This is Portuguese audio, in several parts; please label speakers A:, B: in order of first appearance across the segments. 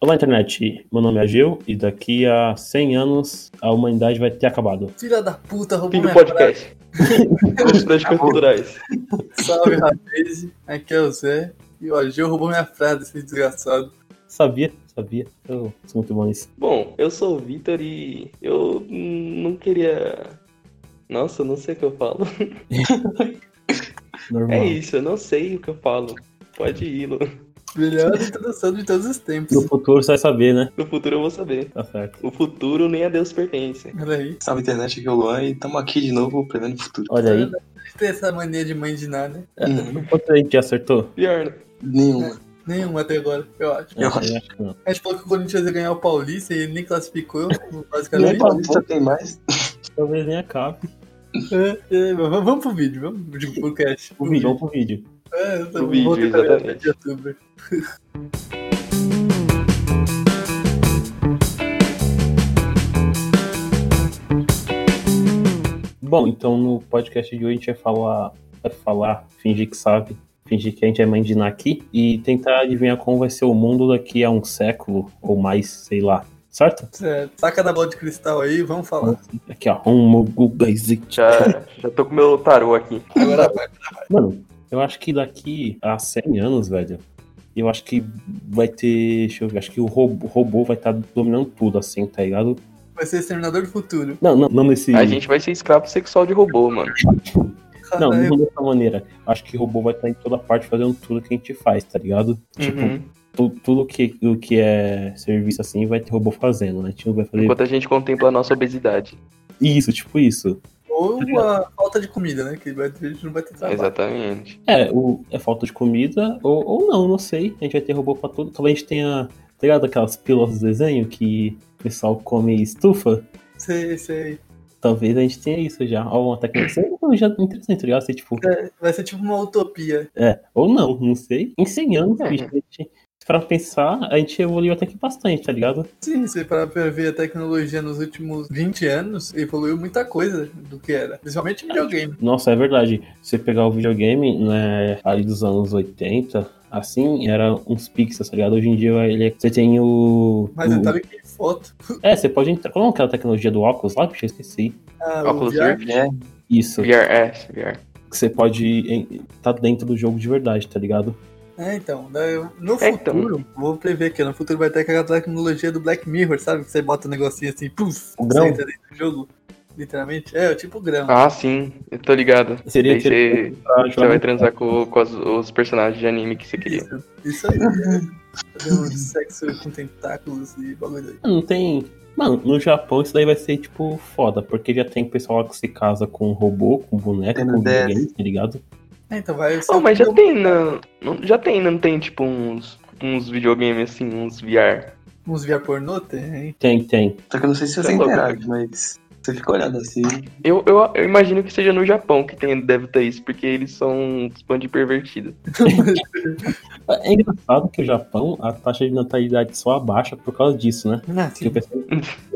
A: Olá, internet. Meu nome é Gil e daqui a 100 anos a humanidade vai ter acabado.
B: Filha da puta, roubou
C: Fim do
B: minha
C: podcast. Os práticas culturais.
B: frase. Salve, rapaz. Aqui é o Zé. E o Gil roubou minha frase, esse desgraçado.
A: Sabia, sabia. Eu sou muito bom nisso.
C: Bom, eu sou o Vitor e eu hum, não queria. Nossa, eu não sei o que eu falo.
A: Normal.
C: É isso, eu não sei o que eu falo. Pode ir, Lu.
B: Melhor introdução de todos os tempos.
A: No futuro você vai saber, né?
C: no futuro eu vou saber.
A: Tá certo.
C: O futuro nem a Deus pertence.
B: Olha aí.
D: Salve internet, aqui é o Luan e estamos aqui de novo prevendo o futuro.
A: Olha aí.
B: Tem essa mania de mãe de nada.
A: É.
D: Hum,
A: Quanto a gente já acertou?
C: Pior, né?
D: nenhuma.
B: Nenhuma até agora, eu acho.
D: Eu
A: Ah, eu acho que não.
B: A gente falou que o Corinthians ia ganhar o Paulista e ele nem classificou,
D: Nem
B: basicamente.
D: Paulista tem mais.
A: Talvez nem acabe.
B: É, é, mas vamos pro vídeo, vamos pro vídeo, pro cast.
A: O vídeo, vamos pro vídeo.
B: É, eu tô-
C: Pro vídeo,
B: vou tentar virar
C: exatamente.
B: youtuber.
A: Bom, então no podcast de hoje a gente vai falar, vai falar, fingir que sabe, fingir que a gente é vai mandinar aqui e tentar adivinhar como vai ser o mundo daqui a um século ou mais, sei lá. Certo?
B: Certo. Saca da bola de cristal aí, vamos falar.
A: Aqui, ó. Um Google Exit.
C: Já, já tô com meu tarô aqui.
B: Agora vai.
A: Mano, eu acho que daqui a 100 anos, velho, eu acho que vai ter. Deixa eu ver, acho que o robô, robô vai estar dominando tudo, assim, tá ligado?
B: Vai ser Exterminador do Futuro.
A: Não, não, não nesse.
C: A gente tá vai ser escravo sexual de robô, mano.
A: Não,
B: Caralho,
A: não dessa maneira. Acho que o robô vai estar em toda parte fazendo tudo que a gente faz, tá ligado? Tipo,
C: Uhum.
A: tu- tudo que, o que é serviço assim vai ter robô fazendo, né? A gente não vai fazer.
C: Enquanto a gente contempla a nossa obesidade.
A: Isso, tipo isso.
C: Tá
B: Ou a falta de comida, né? Que vai ter- a gente não vai ter trabalho.
C: Exatamente.
A: É, o, é falta de comida, ou, ou não, não sei. A gente vai ter robô pra tudo. Talvez tenha. Tá ligado aquelas pílulas do desenho que o pessoal come e estufa?
B: Sei, sei.
A: Talvez a gente tenha isso já. tá Ou uma tecnologia. Ou já um interessante, tá ligado? Ser, tipo,
B: Vai ser tipo uma utopia.
A: é, ou não, não sei. Em 100 anos,
C: É.
A: bicho, a gente, pra pensar, a gente evoluiu até que bastante, tá ligado?
B: Sim, se parar pra ver a tecnologia nos últimos 20 anos, evoluiu muita coisa do que era. Principalmente videogame.
A: Nossa, é verdade. Se você pegar o videogame, né, ali dos anos 80, assim, era uns pixels, tá ligado? Hoje em dia ele é- você tem o.
B: Mas
C: Uhum.
B: tá-
A: o-
B: eu tava aqui em foto.
A: É, você pode entrar. Como é aquela tecnologia do óculos lá? Bicho, eu esqueci.
B: Ah, o
C: Óculos
B: VR,
C: Rift?
D: É,
A: Isso.
C: VR, é, VR.
A: Que você pode estar dentro do jogo de verdade, tá ligado?
B: É, então, daí, no
C: É, então.
B: futuro, vou prever aqui, no futuro vai ter aquela tecnologia do Black Mirror, sabe? Que você bota um negocinho assim, puf,
A: O grão?
B: você entra dentro do jogo, literalmente. É, tipo grão.
C: Um Ah, sim, eu tô ligado.
A: Seria
C: Daí você,
A: interessante pra
C: você
A: jogar
C: vai transar com, com as- os personagens de anime que você queria.
B: isso, isso aí. né? Fazer um sexo com tentáculos e bagulho aí.
A: Não tem. Mano, no Japão isso daí vai ser, tipo, foda, porque já tem pessoal lá que se casa com um robô, com boneco,
D: Tem
A: com
D: ideia.
A: videogame, tá ligado?
B: É, então vai ser
C: Oh, mas já
B: um-
C: tem, não, não- já tem, não tem tipo uns, uns videogames assim, uns VR.
B: uns via pornô, tem.
A: Tem, tem.
D: só que eu não sei se
C: Tá
A: É.
D: você
C: louco,
D: interage, mas você fica olhando assim.
C: Eu, eu, eu imagino que seja no Japão que tem, deve ter isso, porque eles são uns bando de pervertidos.
A: É engraçado que o Japão, a taxa de natalidade só abaixa por causa disso, né?
B: Ah,
C: Tipo,
A: Porque o pessoal-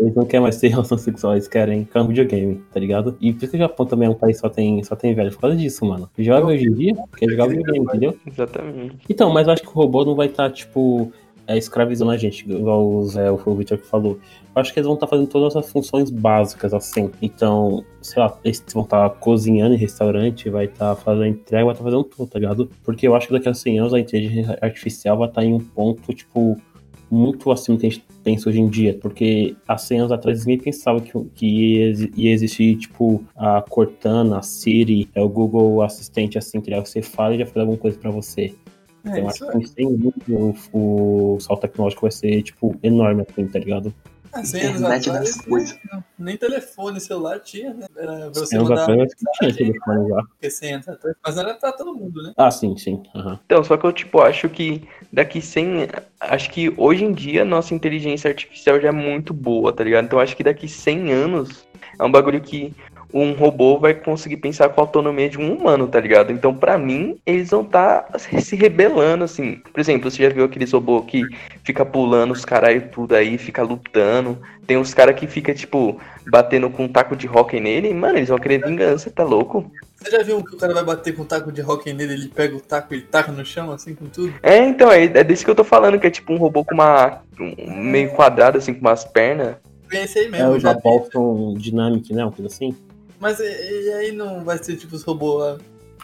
A: eles não querem mais ter relação sexual, eles querem ficar no videogame, tá ligado? E por isso que o Japão também é um país que só tem, só tem velho, por causa disso, mano. Joga hoje em dia, quer jogar videogame, entendeu?
C: Exatamente.
A: Então, mas eu acho que o robô não vai estar, tipo, é, escravizando a gente, igual o Zé, o Victor que falou. Eu acho que eles vão estar fazendo todas as funções básicas, assim. Então, sei lá, eles vão estar cozinhando em restaurante, vai estar fazendo entrega, vai estar fazendo tudo, tá ligado? Porque eu acho que daqui a 100 anos a inteligência artificial vai estar em um ponto, tipo, muito acima do que a gente pensa hoje em dia. Porque há 100 anos atrás ninguém pensava que, que ia, exi- ia existir, tipo, a Cortana, a Siri, é o Google Assistente, assim, que você fala e já faz alguma coisa pra você.
B: É,
A: Eu
B: isso
A: acho
B: aí.
A: que sem dúvida o, o salto tecnológico vai ser, tipo, enorme, assim, tá ligado?
B: Ah, cem anos
D: Internet
B: atrás,
D: das coisas.
B: nem telefone, celular tinha, né? Era pra você
A: Anos
B: mandar
A: atrás, eu acho que tinha telefone já.
B: porque 100 anos atrás, mas era pra todo mundo, né?
A: Ah, sim, sim. aham.
C: Então, só que eu, tipo, acho que daqui 100... Acho que hoje em dia nossa inteligência artificial já é muito boa, tá ligado? Então, acho que daqui 100 anos é um bagulho que um robô vai conseguir pensar com a autonomia de um humano, tá ligado? Então, pra mim, eles vão estar se rebelando, assim. Por exemplo, você já viu aqueles robôs que fica pulando os caralho tudo aí, fica lutando. Tem uns caras que fica, tipo, batendo com um taco de hóquei nele. Mano, eles vão querer vingança, tá louco?
B: Você já viu um que o cara vai bater com um taco de rock nele, ele pega o taco e taca no chão, assim, com tudo?
C: É, então, é, é desse que eu tô falando, que é tipo um robô com uma. um meio quadrado, assim, com umas pernas.
B: Tem esse aí
A: É
B: mesmo,
A: o
B: já
A: da
B: vi.
A: Boston Dynamic, né? Uma coisa assim.
B: Mas e, e aí não vai ser tipo os robôs ah,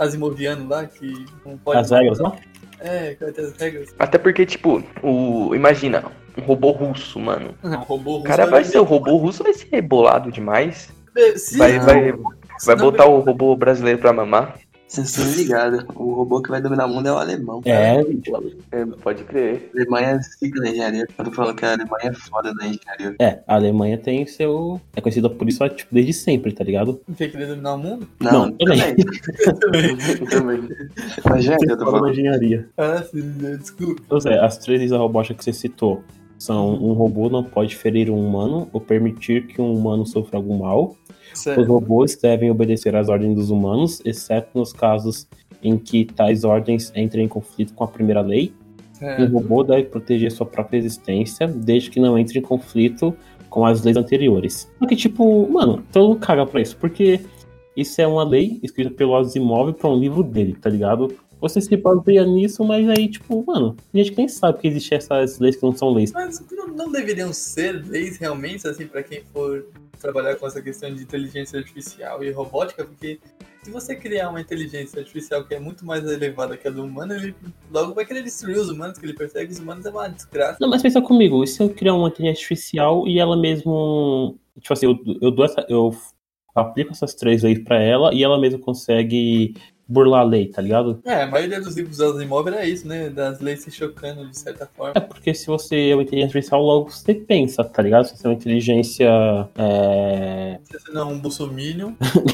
B: asimovianos lá, que não pode...
A: As regras, né?
B: É, que vai ter as regras.
C: Até porque, tipo, o. Imagina, um robô russo, mano.
B: Não, o Um robô
C: O cara
B: russo
C: vai ser. O robô russo vai ser rebolado demais.
B: Se-
C: Vai, vai,
B: se
C: vai
B: não-
C: botar o robô brasileiro pra mamar.
D: Vocês estão ligados, o robô que vai dominar o mundo é o alemão.
A: É,
C: É, pode crer.
D: A Alemanha é zica na engenharia. Eu tô falando que a Alemanha é foda na engenharia.
A: é, a Alemanha tem seu. É conhecida por isso tipo, desde sempre, tá ligado?
B: Quem quer dominar o mundo?
A: Não, também.
D: também. Mas, gente, É, eu tô
A: Fora da
D: falando.
A: engenharia.
B: Ah, sim, desculpa.
A: Então, Zé, as três leis da robótica que você citou são um robô não pode ferir um humano ou permitir que um humano sofra algum mal. Os
B: Sério.
A: robôs devem obedecer às ordens dos humanos, exceto nos casos em que tais ordens entrem em conflito com a primeira lei.
B: É.
A: Um robô deve proteger sua própria existência, desde que não entre em conflito com as leis anteriores. Só que, tipo, mano, todo mundo caga pra isso, porque isso é uma lei escrita pelo Asimov pra um livro dele, tá ligado? Você se baseia nisso, mas aí, tipo, mano, a gente que nem sabe que existem essas leis que não são leis.
B: Mas não, não deveriam ser leis realmente, assim, pra quem for trabalhar com essa questão de inteligência artificial e robótica, porque se você criar uma inteligência artificial que é muito mais elevada que a do humano, ele logo vai querer destruir os humanos, que ele persegue os humanos é uma desgraça.
A: Não, mas pensa comigo, e se eu criar uma inteligência artificial e ela mesmo. Tipo assim, eu, eu dou essa. Eu aplico essas três leis pra ela e ela mesmo consegue burlar a lei, tá ligado?
B: É, a maioria dos livros das imóveis era isso, né? Das leis se chocando de certa
A: É
B: forma.
A: porque se você é uma inteligência artificial, logo você pensa, tá ligado? Se você é uma inteligência. É...
B: Se não, um bolsominion.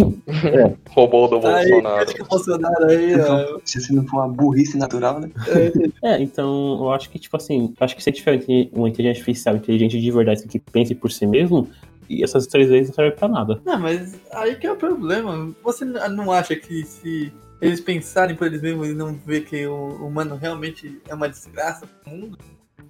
C: Robô do
B: Aí,
C: Bolsonaro.
B: acho que o Bolsonaro aí, né? ó.
D: Se isso não for uma burrice natural, né?
A: é, então eu acho que, tipo assim, acho que se tiver uma inteligência artificial inteligente de verdade assim, que pense por si mesmo, e essas três leis não servem pra nada.
B: Não, mas aí que é o problema. Você n- não acha que se eles pensarem por eles mesmos e não ver que o humano realmente é uma desgraça pro mundo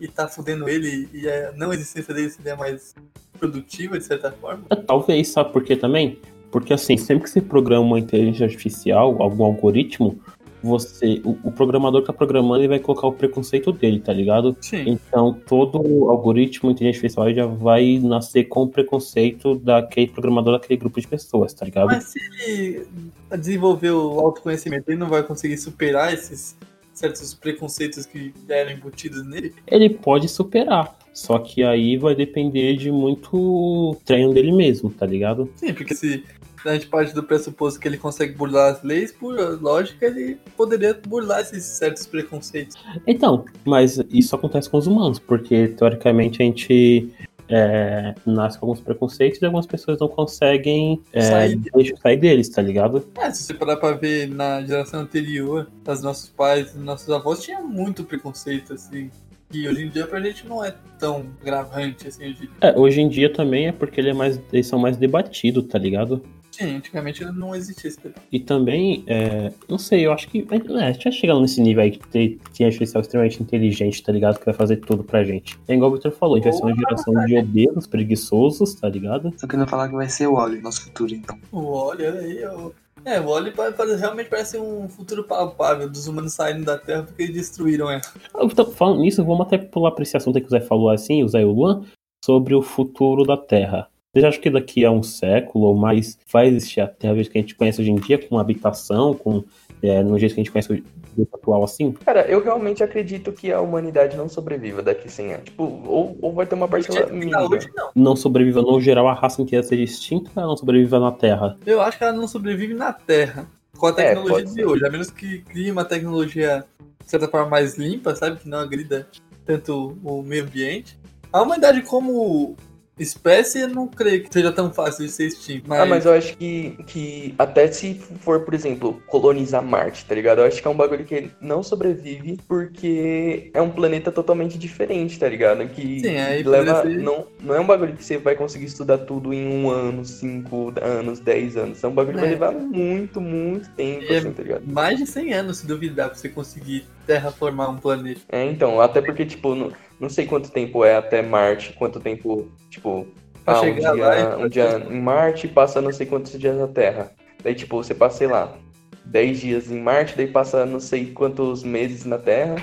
B: e tá fudendo ele e a não existência dele seria mais produtiva de certa forma?
A: É, Talvez, sabe por quê também? Porque assim, sempre que você programa uma inteligência artificial, algum algoritmo, você. O, o programador que tá programando ele vai colocar o preconceito dele, tá ligado?
B: Sim.
A: Então todo algoritmo inteligência artificial ele já vai nascer com o preconceito daquele programador daquele grupo de pessoas, tá ligado?
B: Mas se ele desenvolver o autoconhecimento, ele não vai conseguir superar esses certos preconceitos que eram embutidos nele?
A: Ele pode superar. Só que aí vai depender de muito treino dele mesmo, tá ligado?
B: Sim, porque se a gente parte do pressuposto que ele consegue burlar as leis, por lógica, ele poderia burlar esses certos preconceitos.
A: Então, mas isso acontece com os humanos, porque teoricamente a gente é, nasce com alguns preconceitos e algumas pessoas não conseguem é,
B: Sair
A: deixa- sair deles, tá ligado?
B: É, se você parar pra ver na geração anterior, das nossos pais, dos nossos avós, tinha muito preconceito, assim. E hoje em dia pra gente não é tão gravante, assim, eu diria.
A: É, hoje em dia também é porque ele é mais, eles são mais debatidos, tá ligado?
B: Sim, antigamente não existia esse debate.
A: E também, é, não sei, eu acho que é, a gente vai chegando nesse nível aí que tem tem artificial extremamente inteligente, tá ligado? Que vai fazer tudo pra gente. É igual o Victor falou, a gente vai ser uma geração de obesos, preguiçosos, tá ligado?
D: Só querendo falar que vai ser o óleo, nosso futuro, então.
B: O Wally, olha aí, o... É, o Wally pa- pa- realmente parece um futuro palpável dos humanos saindo da Terra porque eles destruíram ela.
A: Eu tô falando nisso, vamos até pular pra esse assunto aí que o Zé falou assim, o Zé e o Luan, sobre o futuro da Terra. Vocês acham que daqui a um século ou mais vai existir a Terra do jeito que a gente conhece hoje em dia, com habitação, com é, no jeito que a gente conhece hoje- do jeito atual assim?
C: Cara, eu realmente acredito que a humanidade não sobreviva daqui 100 anos. Tipo, ou, ou vai ter uma parcela
B: Gente,
C: mínima.
B: na hoje não.
A: Não sobreviva no geral a raça inteira seja extinta, ela não sobreviva na Terra.
B: Eu acho que ela não sobrevive na Terra com a tecnologia
C: É, pode
B: de
C: ser.
B: hoje, a menos que crie uma tecnologia de certa forma mais limpa, sabe? Que não agrida tanto o meio ambiente. A humanidade como espécie, eu não creio que seja tão fácil de ser extinta. Mas,
C: Ah, mas eu acho que, que até se for, por exemplo, colonizar Marte, tá ligado? Eu acho que é um bagulho que não sobrevive porque é um planeta totalmente diferente, tá ligado? Que
B: Sim, aí
C: leva.
B: poderia ser-
C: Não, não é um bagulho que você vai conseguir estudar tudo em um ano, cinco anos, dez anos. É um bagulho que vai
B: É.
C: levar muito, muito tempo,
B: É.
C: assim, tá ligado?
B: mais de 100 anos, se duvidar, pra você conseguir terraformar um planeta.
C: É, então, até porque, tipo, não, não sei quanto tempo é até Marte, quanto tempo, tipo,
B: Pra
C: ah, um
B: chegar
C: dia,
B: lá,
C: um dia em Marte passa não sei quantos dias na Terra. Daí, tipo, você passa, sei lá, 10 dias em Marte, daí passa não sei quantos meses na Terra.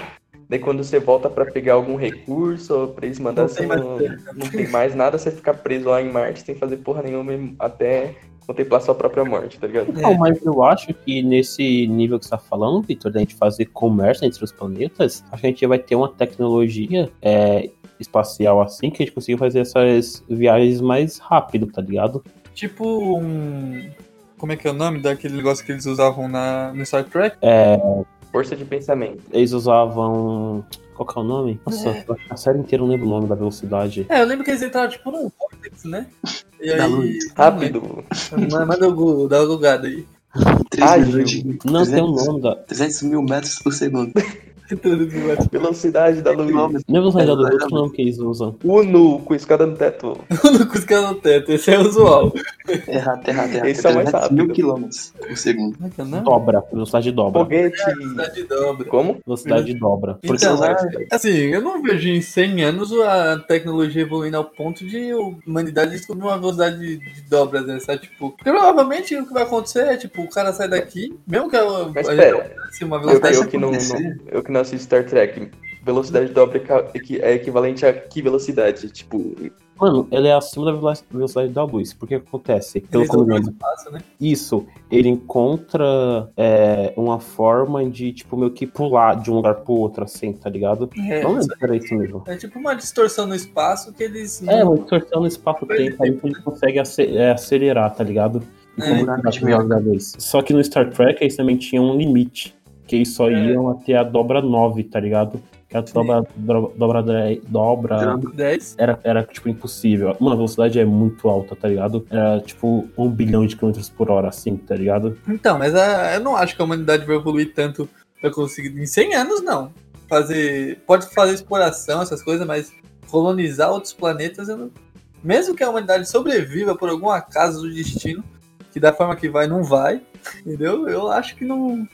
C: Daí quando você volta pra pegar algum recurso ou pra eles mandarem,
B: Não tem
C: você
B: mais
C: não,
B: tempo.
C: não tem mais nada, você fica preso lá em Marte sem fazer porra nenhuma e até contemplar sua própria morte, tá ligado?
A: Não, mas eu acho que nesse nível que você tá falando, Vitor, da gente fazer comércio entre os planetas, a gente vai ter uma tecnologia é, espacial assim que a gente consiga fazer essas viagens mais rápido, tá ligado?
B: Tipo um. Como é que é o nome daquele negócio que eles usavam na, no Star Trek?
C: Força de pensamento.
A: Eles usavam. Qual que é o nome? Nossa, a série inteira eu não lembro o nome da velocidade.
B: É, eu lembro que eles entraram tipo num vórtice, né? E
D: Da
B: aí.
D: luz.
C: Rápido.
B: Ma- Manda o Google, dá uma bugada aí.
D: 3
C: Ágil.
D: milhões de...
A: Não
D: 300,
A: tem o nome da.
D: 300 mil metros por segundo.
C: Velocidade da luz.
D: Quilômetros.
A: Não é velocidade da luz,
D: É,
A: outro nome que eles usam.
C: Uno com escada no teto.
B: Quando cusca no teto, esse é usual.
D: Errado, errado, errado.
C: Esse é o mais
D: 300 mil
C: rápido.
D: quilômetros por segundo.
B: Como é que é o nome?
A: Dobra, velocidade dobra.
C: Foguete.
B: Velocidade dobra.
C: Como?
A: Velocidade dobra.
B: Então,
D: Então,
B: é- assim, eu não vejo em 100 anos a tecnologia evoluindo ao ponto de a humanidade descobrir uma velocidade de, de dobras dessa, tipo... Porque provavelmente o que vai acontecer é, tipo, o cara sai daqui, mesmo que a,
C: Mas
B: a
C: pera,
B: alcance uma
C: Eu,
D: Até
B: velocidade...
D: isso
C: eu que não,
D: acontecer.
C: não- eu que não assisto Star Trek, velocidade dobra é ca- é que- é equivalente a que velocidade? Tipo,
A: Mano, ele é acima da vela- velocidade da luz. Porque o que acontece? Pelo
B: Eles
A: que eu
B: dobram
A: lembro,
B: o espaço, né?
A: Isso, ele encontra é, uma forma de, tipo, meio que pular de um lugar pro outro, assim, tá ligado?
B: É,
A: Não lembro se era isso mesmo.
B: é tipo uma distorção no espaço que eles...
A: É, uma distorção no espaço-tempo, aí ele consegue ace- é, acelerar, tá ligado? E
B: É,
C: então,
A: como
D: buraco de
C: tipo,
A: é, da vez. Só que no Star Trek eles também tinham um limite, que eles só
B: É.
A: iam até a dobra 9, tá ligado? Que a dobra, dobra, dobra, dez- dobra
B: 10?
A: era, era, tipo, impossível. Mano, a velocidade é muito alta, tá ligado? Era, tipo, um bilhão de quilômetros por hora, assim, tá ligado?
B: Então, mas a- eu não acho que a humanidade vai evoluir tanto pra conseguir. Em 100 anos, não. Fazer. Pode fazer exploração, essas coisas, mas colonizar outros planetas, eu não- mesmo que a humanidade sobreviva por algum acaso do destino, que da forma que vai, não vai, entendeu? Eu acho que não.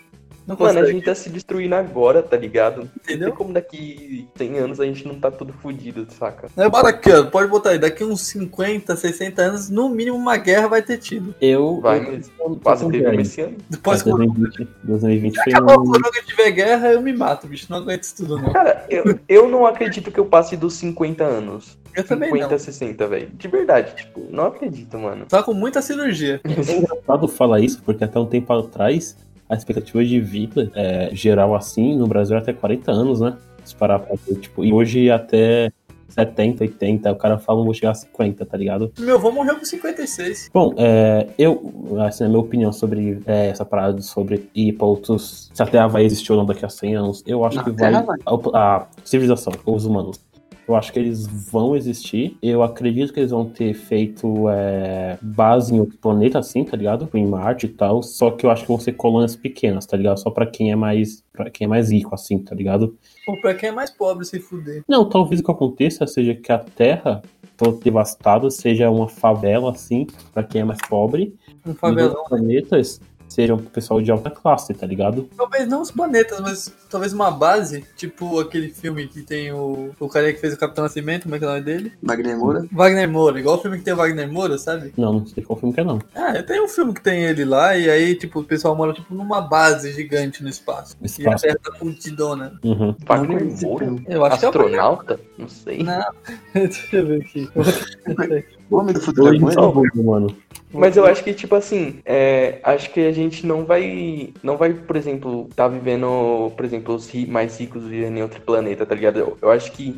B: Não
C: mano, a
B: consegue,
C: gente tá se destruindo agora, tá ligado? Não sei
B: entendeu?
C: como daqui 100 anos a gente não tá tudo fudido, saca?
B: É, bora aqui, ó, pode botar aí, daqui uns 50, 60 anos, no mínimo uma guerra vai ter tido.
A: Eu. um
C: Vai,
A: eu-
C: mas
A: eu-
C: Quase
A: eu-
C: teve
A: eu-
C: uma esse ano.
B: Depois, quando
A: 2020, 2020 foi
B: acabou
A: um.
B: o jogo e tiver guerra, eu me mato, bicho. Não aguento isso tudo, não.
C: Cara, eu, eu não acredito que eu passe dos 50 anos.
B: Eu também
C: 50,
B: não.
C: 60, velho. De verdade, tipo, não acredito, mano.
B: Só com muita cirurgia.
A: É engraçado falar isso, porque até um tempo atrás, a expectativa de vida é, geral assim no Brasil era até 40 anos, né? Se parar pra ver, tipo, e hoje até 70, 80, o cara fala, vou chegar a 50, tá ligado?
B: Meu avô morreu com 56.
A: Bom, é, eu, assim, a minha opinião sobre é, essa parada sobre ir pra outros. Se a Terra vai existir ou não daqui a 100 anos, eu acho
D: Não,
A: que
D: a Terra
A: vai. A, a civilização, os humanos. Eu acho que eles vão existir. Eu acredito que eles vão ter feito é, base em outro planeta, assim, tá ligado? Em Marte e tal. Só que eu acho que vão ser colônias pequenas, tá ligado? Só pra quem é mais. para quem é mais rico, assim, tá ligado?
B: Ou pra quem é mais pobre se fuder.
A: Não, talvez o que aconteça seja que a terra toda devastada seja uma favela, assim, pra quem é mais pobre.
B: Um
A: E os
B: favelão.
A: outros planetas sejam pro pessoal de alta classe, tá ligado?
C: Uhum.
B: Talvez não os planetas, mas talvez uma base. Tipo aquele filme que tem o, o cara que fez o Capitão Nascimento, como é que é o nome dele?
D: Wagner Moura.
B: Wagner Moura. Igual o filme que tem o Wagner Moura, sabe?
A: Não, não sei qual filme que é, não.
B: Ah, tem um filme que tem ele lá e aí, tipo, o pessoal mora, tipo, numa base gigante no espaço. E a
A: Espaço.
B: Terra tá fudidona.
A: Uhum.
C: Wagner
D: Não, não
C: Moura?
B: Eu acho é
C: Astronauta? Não sei.
B: Não. que é o... Deixa eu ver aqui.
D: O homem do futuro é
A: Hoje
D: bom,
A: só
D: ele?
A: vou, mano.
C: Mas eu acho que, tipo assim, é, acho que a gente não vai, não vai, por exemplo, tá vivendo, por exemplo, os ri- mais ricos vivendo em outro planeta, tá ligado? Eu, eu acho que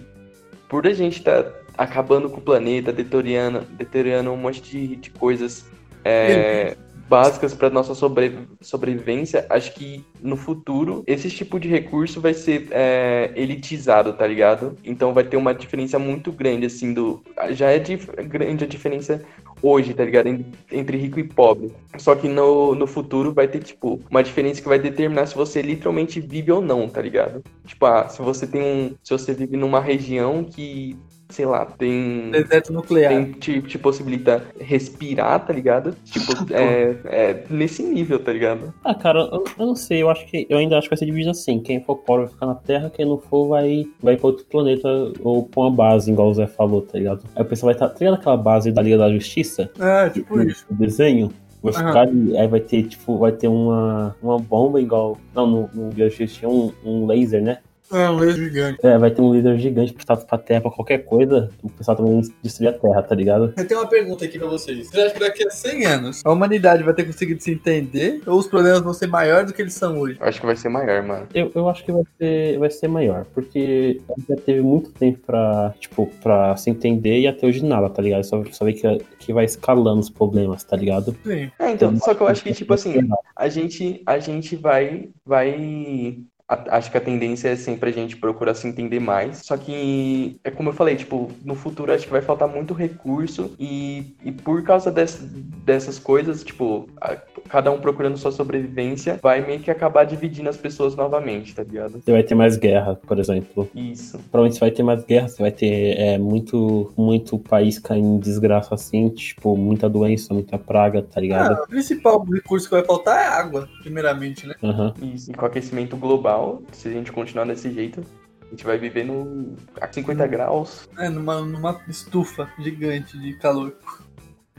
C: por a gente tá acabando com o planeta, deteriorando, deteriorando um monte de, de coisas é, básicas pra nossa sobre- sobrevivência, acho que no futuro esse tipo de recurso vai ser é, elitizado, tá ligado? Então vai ter uma diferença muito grande, assim, do. Já é dif- grande a diferença hoje, tá ligado? En- Entre rico e pobre. Só que no, no futuro vai ter, tipo, uma diferença que vai determinar se você literalmente vive ou não, tá ligado? Tipo, ah, se você tem um. Se você vive numa região que, sei lá, tem
B: Deserto nuclear.
C: tem, te, te possibilita respirar, tá ligado? Tipo, é, é nesse nível, tá ligado?
A: Ah, cara, eu, eu não sei, eu acho que eu ainda acho que vai ser dividido assim. Quem for pobre vai ficar na Terra, quem não for vai, vai pra outro planeta ou pra uma base, igual o Zé falou, tá ligado? Aí o pessoal vai estar. Tá, tá ligado aquela base da Liga da Justiça?
B: Ah, tipo isso.
A: O desenho? Vai
B: Aham.
A: ficar ali, aí vai ter, tipo, vai ter uma, uma bomba igual. Não, no, no Bioshock tinha um, um laser, né?
B: É um laser gigante.
A: É, vai ter um laser gigante puxado pra terra, pra qualquer coisa. O pessoal também destruir a terra, tá ligado?
B: Eu tenho uma pergunta aqui pra vocês. Vocês acham que daqui a 100 anos a humanidade vai ter conseguido se entender ou os problemas vão ser maiores do que eles são hoje?
C: Acho que vai ser maior, mano.
A: Eu, eu acho que vai ser, vai ser maior, porque já teve muito tempo pra, tipo, pra se entender e até hoje nada, tá ligado? Só, só ver que, que vai escalando os problemas, tá ligado?
B: Sim.
C: É, então, só que eu acho que, tipo assim, a gente, a gente vai, vai. a- Acho que a tendência é sempre a gente procurar se entender mais. Só que é como eu falei, tipo, no futuro acho que vai faltar muito recurso e, e por causa des- dessas coisas, tipo, a- cada um procurando sua sobrevivência, vai meio que acabar dividindo as pessoas novamente, tá ligado?
A: Você vai ter mais guerra, por exemplo.
C: Isso.
A: Provavelmente você vai ter mais guerra, você vai ter é, muito, muito país caindo em desgraça assim, tipo, muita doença, muita praga, tá ligado?
B: Ah, o principal recurso que vai faltar é água, primeiramente, né?
C: Ah,
A: Aham.
C: Isso. E com o aquecimento global, se a gente continuar desse jeito, a gente vai viver no a 50 graus.
B: É, numa, numa estufa gigante de calor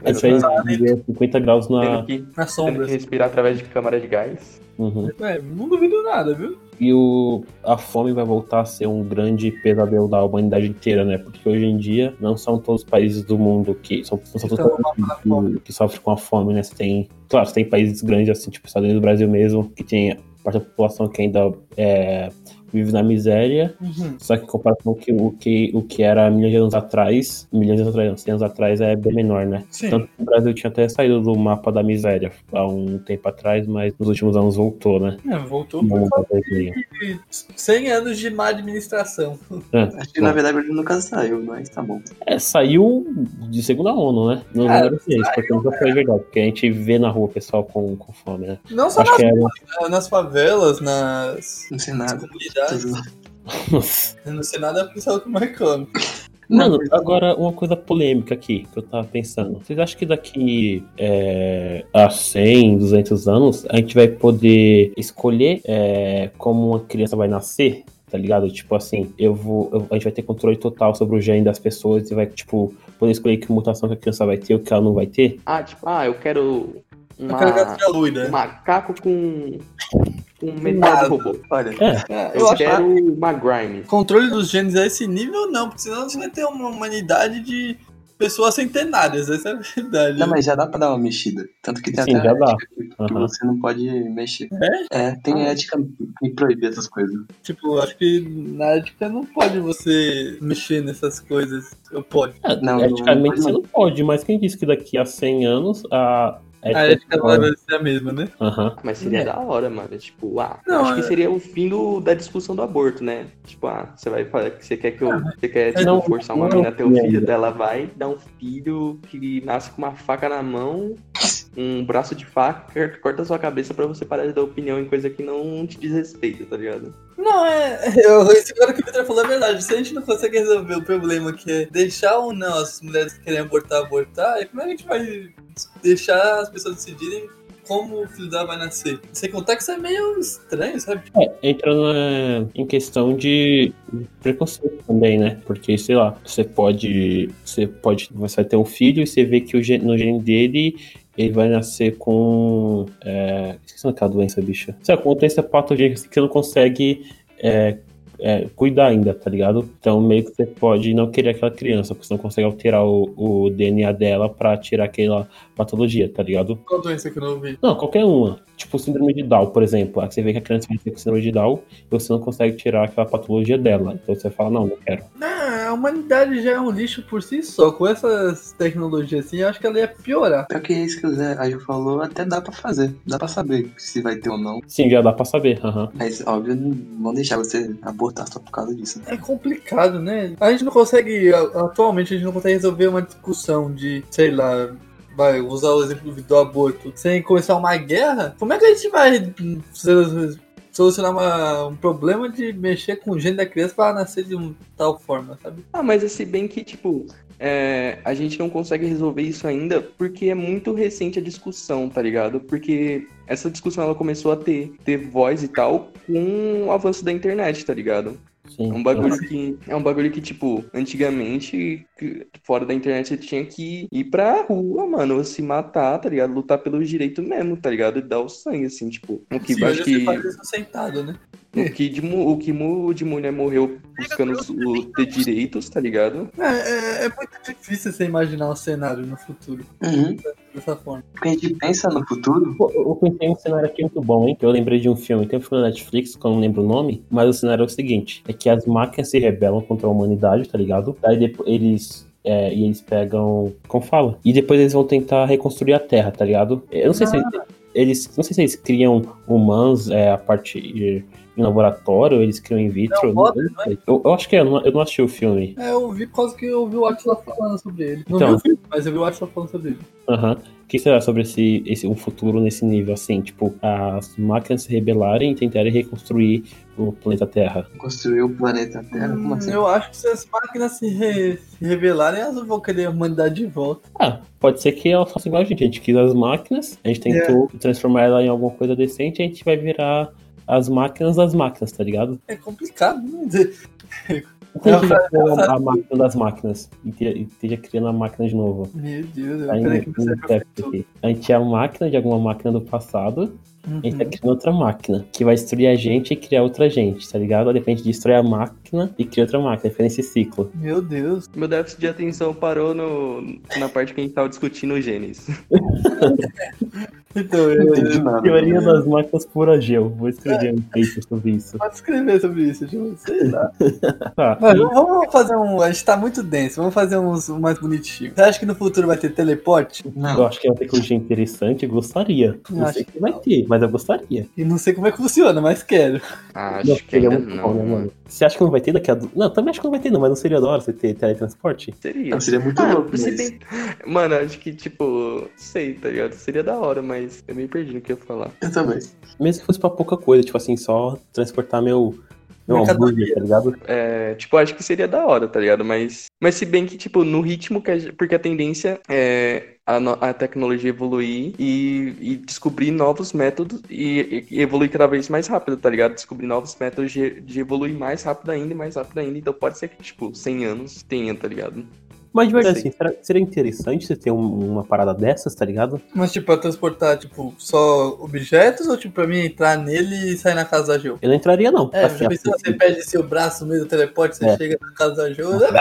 A: É isso aí,
B: Exatamente.
A: 50 graus
C: Tendo
A: na.
C: que,
B: na
C: tendo
B: sombra.
C: que respirar através de câmara de gás.
A: Uhum.
B: É, não duvido nada, viu?
A: E o, a fome vai voltar a ser um grande pesadelo da humanidade inteira, né? Porque hoje em dia não são todos os países do mundo que são, não são todos
B: Então,
A: os países que, que sofrem com a fome, né? Você tem, claro, você tem países grandes assim, tipo Estados Unidos, Brasil mesmo, que tem parte da população que ainda é, vive na miséria.
B: Uhum.
A: Só que em comparação com o que- o que o que era milhões de anos atrás, milhões de anos atrás, não, 100 anos atrás é bem menor, né?
B: Sim.
A: Tanto que o Brasil tinha até saído do mapa da miséria há um tempo atrás, mas nos últimos anos voltou, né?
B: É, voltou por
A: Não,
B: causa
A: talvez nem.
B: de 100 anos de má administração.
D: Acho que na verdade ele nunca saiu, mas tá bom.
A: É, saiu de segunda ONU, né? Não
B: Cara,
A: lembro se é isso, porque nunca foi verdade. Porque a gente vê na rua o pessoal com, com fome, né?
B: Não só
A: Acho
B: nas,
A: que era.
B: nas favelas, nas,
D: Não sei
B: nas
D: nada.
C: É.
D: Tá
B: comunidades. né? Não sei nada porque sabe como é que come.
A: Mano, agora uma coisa polêmica aqui que eu tava pensando. Vocês acham que daqui é, a 100, 200 anos a gente vai poder escolher é, como uma criança vai nascer? Tá ligado? Tipo assim, eu vou. eu- a gente vai ter controle total sobre o gene das pessoas e vai, tipo, poder escolher que mutação que a criança vai ter ou que ela não vai ter.
C: Ah, tipo, ah, eu quero
B: Eu
C: uma,
B: quero né? gato de aluida.
C: um macaco com, com metade
B: Nada.
C: robô.
D: Olha,
A: É.
C: É, Eu,
B: Eu acho
C: quero uma Grime.
B: Controle dos genes a esse nível, não, porque senão você vai ter uma humanidade de pessoas centenárias, essa é a verdade.
D: não, mas já dá pra dar uma mexida. Tanto que tem
A: Sim,
D: até
A: já
D: a
A: dá.
D: ética que- que
A: Aham.
D: você não pode mexer. É? tem
C: Ah.
D: ética que proíbe essas coisas.
B: Tipo, acho que na ética não pode você mexer nessas coisas. Eu pode.
A: É,
D: Não,
A: eticamente
D: não-
A: você não pode, mas quem disse que daqui a 100 anos a.
D: É
B: A ética vai ser a mesma, né?
A: Aham.
C: Mas seria
B: É.
C: da hora, mano. Tipo, ah,
B: Não,
C: acho que
B: é-
C: seria o fim do- da discussão do aborto, né? Tipo, ah, você vai falar que você quer que eu.
B: Ah,
C: Você quer tipo,
A: não-
C: forçar uma
A: não-
C: menina a ter um
A: não-
C: filho, daí ela vai dar um filho que nasce com uma faca na mão, um braço de faca, corta sua cabeça pra você parar de dar opinião em coisa que não te diz respeito, tá ligado?
B: Não, é. Eu, isso agora que o Vitor falou é verdade. Se a gente não consegue resolver o problema que é deixar ou não as mulheres que querem abortar abortar, é como é que a gente vai deixar as pessoas decidirem como o filho dela vai nascer? Sem contar que isso é meio estranho, sabe?
A: Entra na, em questão de preconceito também, né? Porque, sei lá, você pode. Você pode. Você vai ter um filho e você vê que o gen- no gene dele ele vai nascer com. É, esqueci aquela doença, bicha. Sei lá, com uma doença patogênica assim, que você não consegue. é, é, cuidar ainda, tá ligado? Então meio que você pode não querer aquela criança, porque você não consegue alterar o, o DNA dela pra tirar aquela patologia, tá ligado?
B: Qual doença que eu não ouvi?
A: Não, qualquer uma. Tipo síndrome de Down, por exemplo. Aí você vê que a criança vai ter com síndrome de Down e você não consegue tirar aquela patologia dela. Então você fala, não, não quero.
B: Não, a humanidade já é um lixo por si só. Com essas tecnologias assim, eu acho que ela ia piorar.
D: Pior que isso que o Zé Ajo falou, até dá pra fazer. Dá pra saber se vai ter ou não.
A: Sim, já dá pra saber. aham.
D: Mas, óbvio, não vão deixar você abortar só por causa disso.
B: É complicado, né? A gente não consegue, a- atualmente, a gente não consegue resolver uma discussão de, sei lá, vai usar o exemplo do aborto, sem começar uma guerra. Como é que a gente vai hum, so- solucionar uma- um problema de mexer com o gene da criança para nascer de um, tal forma, sabe?
C: Ah, mas é se bem que, tipo, é, a gente não consegue resolver isso ainda porque é muito recente a discussão, tá ligado? Porque essa discussão ela começou a ter, ter voz e tal com o avanço da internet, tá ligado?
A: Sim,
C: É um bagulho que. É um bagulho que, tipo, antigamente, que- fora da internet, você tinha que ir pra rua, mano, se matar, tá ligado? Lutar pelo direito mesmo, tá ligado? E dar o sangue, assim, tipo. O que,
B: Sim,
C: acho
B: hoje
C: que,
B: você faz isso sentado, né?
C: o que, de, mu- o que mu- de mulher morreu buscando os- o, ter direitos, tá ligado?
B: É, é- é muito difícil você imaginar um cenário no futuro
D: Uhum.
B: dessa forma.
D: Porque a gente pensa no futuro.
A: Pô, Eu pensei em um cenário aqui muito bom, hein? Que eu lembrei de um filme, tem um filme na Netflix, que eu não lembro o nome, mas o cenário é o seguinte: é que as máquinas se rebelam contra a humanidade, tá ligado? Daí depois eles. é, e eles pegam. Como fala? E depois eles vão tentar reconstruir a Terra, tá ligado? Eu não sei se
B: Ah.
A: eles- eles. Não sei se eles criam humanos é, a partir de em laboratório, ou eles criam in vitro.
B: Não,
A: eu
B: Então, bota, né?
A: não sei. eu, eu acho que é, eu não, eu não assisti o filme.
B: É, eu vi por causa que eu vi o Atila falando sobre ele. Não
A: Então.
B: vi o filme, mas eu vi o Atila falando sobre ele.
A: Aham. O que será sobre esse, esse, um futuro nesse nível, assim? Tipo, as máquinas se rebelarem e tentarem reconstruir o planeta Terra.
D: Construiu o planeta Terra. Como assim?
B: Hum, eu acho que se as máquinas se, re- se rebelarem, elas não vão querer a humanidade de volta.
A: Ah, pode ser que ela faça igual a gente. A gente quis as máquinas, a gente tentou transformar ela em alguma coisa decente, a gente vai virar as máquinas das máquinas, tá ligado?
B: É complicado, né? Dizer,
A: Não tem
B: Eu
A: que criar a, a máquina das máquinas e cria- e esteja criando a máquina de novo. Tá
B: Meu Deus, eu
A: Aí, né?
B: peraí que
A: não-
B: você
A: não serve
B: tudo.
A: um aqui. a gente é a máquina de alguma máquina do passado A gente tá
B: Uhum.
A: criando outra máquina, que vai destruir a gente e criar outra gente, tá ligado? De repente destrói a máquina e cria outra máquina, fica nesse ciclo.
B: Meu Deus.
C: Meu déficit de atenção parou no, na parte que a gente tava discutindo o Gênesis.
B: Então,
D: Não
B: eu,
D: entendi nada.
A: Teoria das máquinas por Ageu. Vou escrever um texto sobre isso.
B: Pode escrever sobre isso, Ju, sei lá.
A: Tá.
B: Mas vamos fazer um. A gente tá muito denso, vamos fazer uns um mais bonitinho. Você acha que no futuro vai ter teleporte?
A: Eu
D: Não.
A: acho que é uma tecnologia interessante, eu gostaria. Não
B: Acho
A: sei se
B: que
A: vai
B: não.
A: ter, mas eu gostaria.
B: E não sei como é que funciona, mas quero.
C: Ah,
A: Nossa, seria muito bom, né, mano? Você acha que não vai ter daqui a. du- Não, também acho que não vai ter, não, mas não seria da hora você ter teletransporte?
C: Seria.
D: Não, seria muito
C: Ah,
D: louco.
C: se
D: mas-
C: bem- Mano, acho que, tipo, sei, tá ligado? Seria da hora, mas eu meio perdi no que eu ia falar.
D: Eu também.
A: Mesmo que fosse pra pouca coisa, tipo assim, só transportar meu. Meu
B: Mercadoria.
A: hambúrguer, tá ligado?
C: É, tipo, acho que seria da hora, tá ligado? Mas, mas se bem que, tipo, no ritmo que a gente- Porque a tendência é a, no- a tecnologia evoluir e, e descobrir novos métodos e, e evoluir cada vez mais rápido, tá ligado? Descobrir novos métodos de, de evoluir mais rápido ainda e mais rápido ainda. Então pode ser que, tipo, 100 anos tenha, tá ligado?
A: Mas de verdade,
C: Sim.
A: assim, será- seria interessante você ter um- uma parada dessas, tá ligado?
B: Mas, tipo, pra transportar, tipo, só objetos ou, tipo, pra mim entrar nele e sair na casa da Geo?
A: Eu não entraria, não.
B: É,
A: Assim,
B: já pensou,
A: assim,
B: você perde seu braço no meio do teleporte, você
A: É.
B: chega na casa da Geo. "Ah,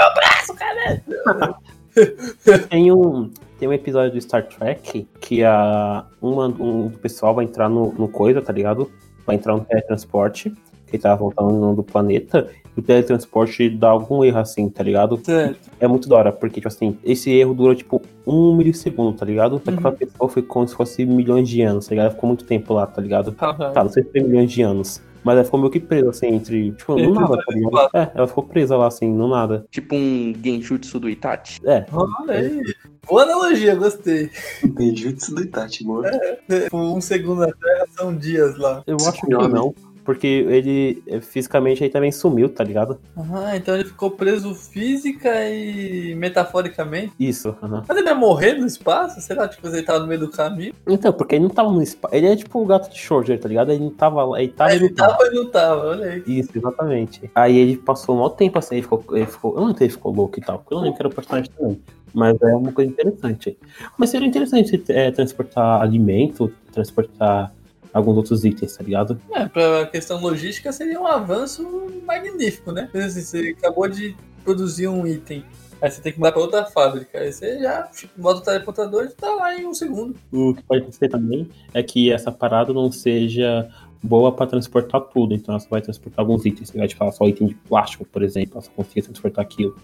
A: tem, um, tem um episódio do Star Trek que a, uma, um pessoal vai entrar no, no coisa, tá ligado? Vai entrar no teletransporte, que ele tava voltando do planeta, e o teletransporte dá algum erro assim, tá ligado?
B: Certo.
A: É muito da hora, porque, tipo assim, esse erro dura, tipo, um milissegundo, tá ligado? Só que pra pessoa foi como se fosse milhões de anos, tá ligado? Ficou muito tempo lá, tá ligado? Tá, não sei se foi milhões de anos. Mas ela ficou meio que presa, assim, entre. Tipo,
B: Entre
A: no nada, tá ligado? É, ela ficou presa lá, assim, no nada.
C: Tipo um Genjutsu do Itachi.
A: É,
B: Olha aí. Boa analogia, gostei.
D: Tem jutsu do Itachi, boa.
B: Tipo, um segundo na Terra são dias lá.
A: Eu
D: Esse
A: acho que
D: filme.
A: não, porque ele eh, fisicamente aí também sumiu, tá ligado?
B: Ah, então ele ficou preso física e metaforicamente.
A: Isso, aham.
B: Mas ele ia morrer no espaço? Sei lá, tipo, ele tava no meio do caminho.
A: Então, porque ele não tava no espaço. Ele é tipo o gato de Schrödinger, tá ligado? Ele não tava lá. Ele tava,
B: Aí
A: ele
B: ele
A: não tava.
B: tava e não tava, olha aí.
A: Isso, exatamente. Aí ele passou um maior tempo assim, ele ficou, ele ficou. Eu não sei se ele ficou louco e tal, porque eu não lembro que era o personagem também. Mas é uma coisa interessante. Mas seria interessante você, eh, transportar alimento, transportar alguns outros itens, tá ligado?
B: É, pra questão logística seria um avanço magnífico, né? Porque, assim, você acabou de produzir um item. Aí você tem que mudar pra outra fábrica. Aí você já tipo, bota o teleportador e tá lá em um segundo.
A: O que pode acontecer também é que essa parada não seja boa para transportar tudo. Então ela só vai transportar alguns itens. Você vai tipo, falar só item de plástico, por exemplo. Ela só conseguir transportar aquilo.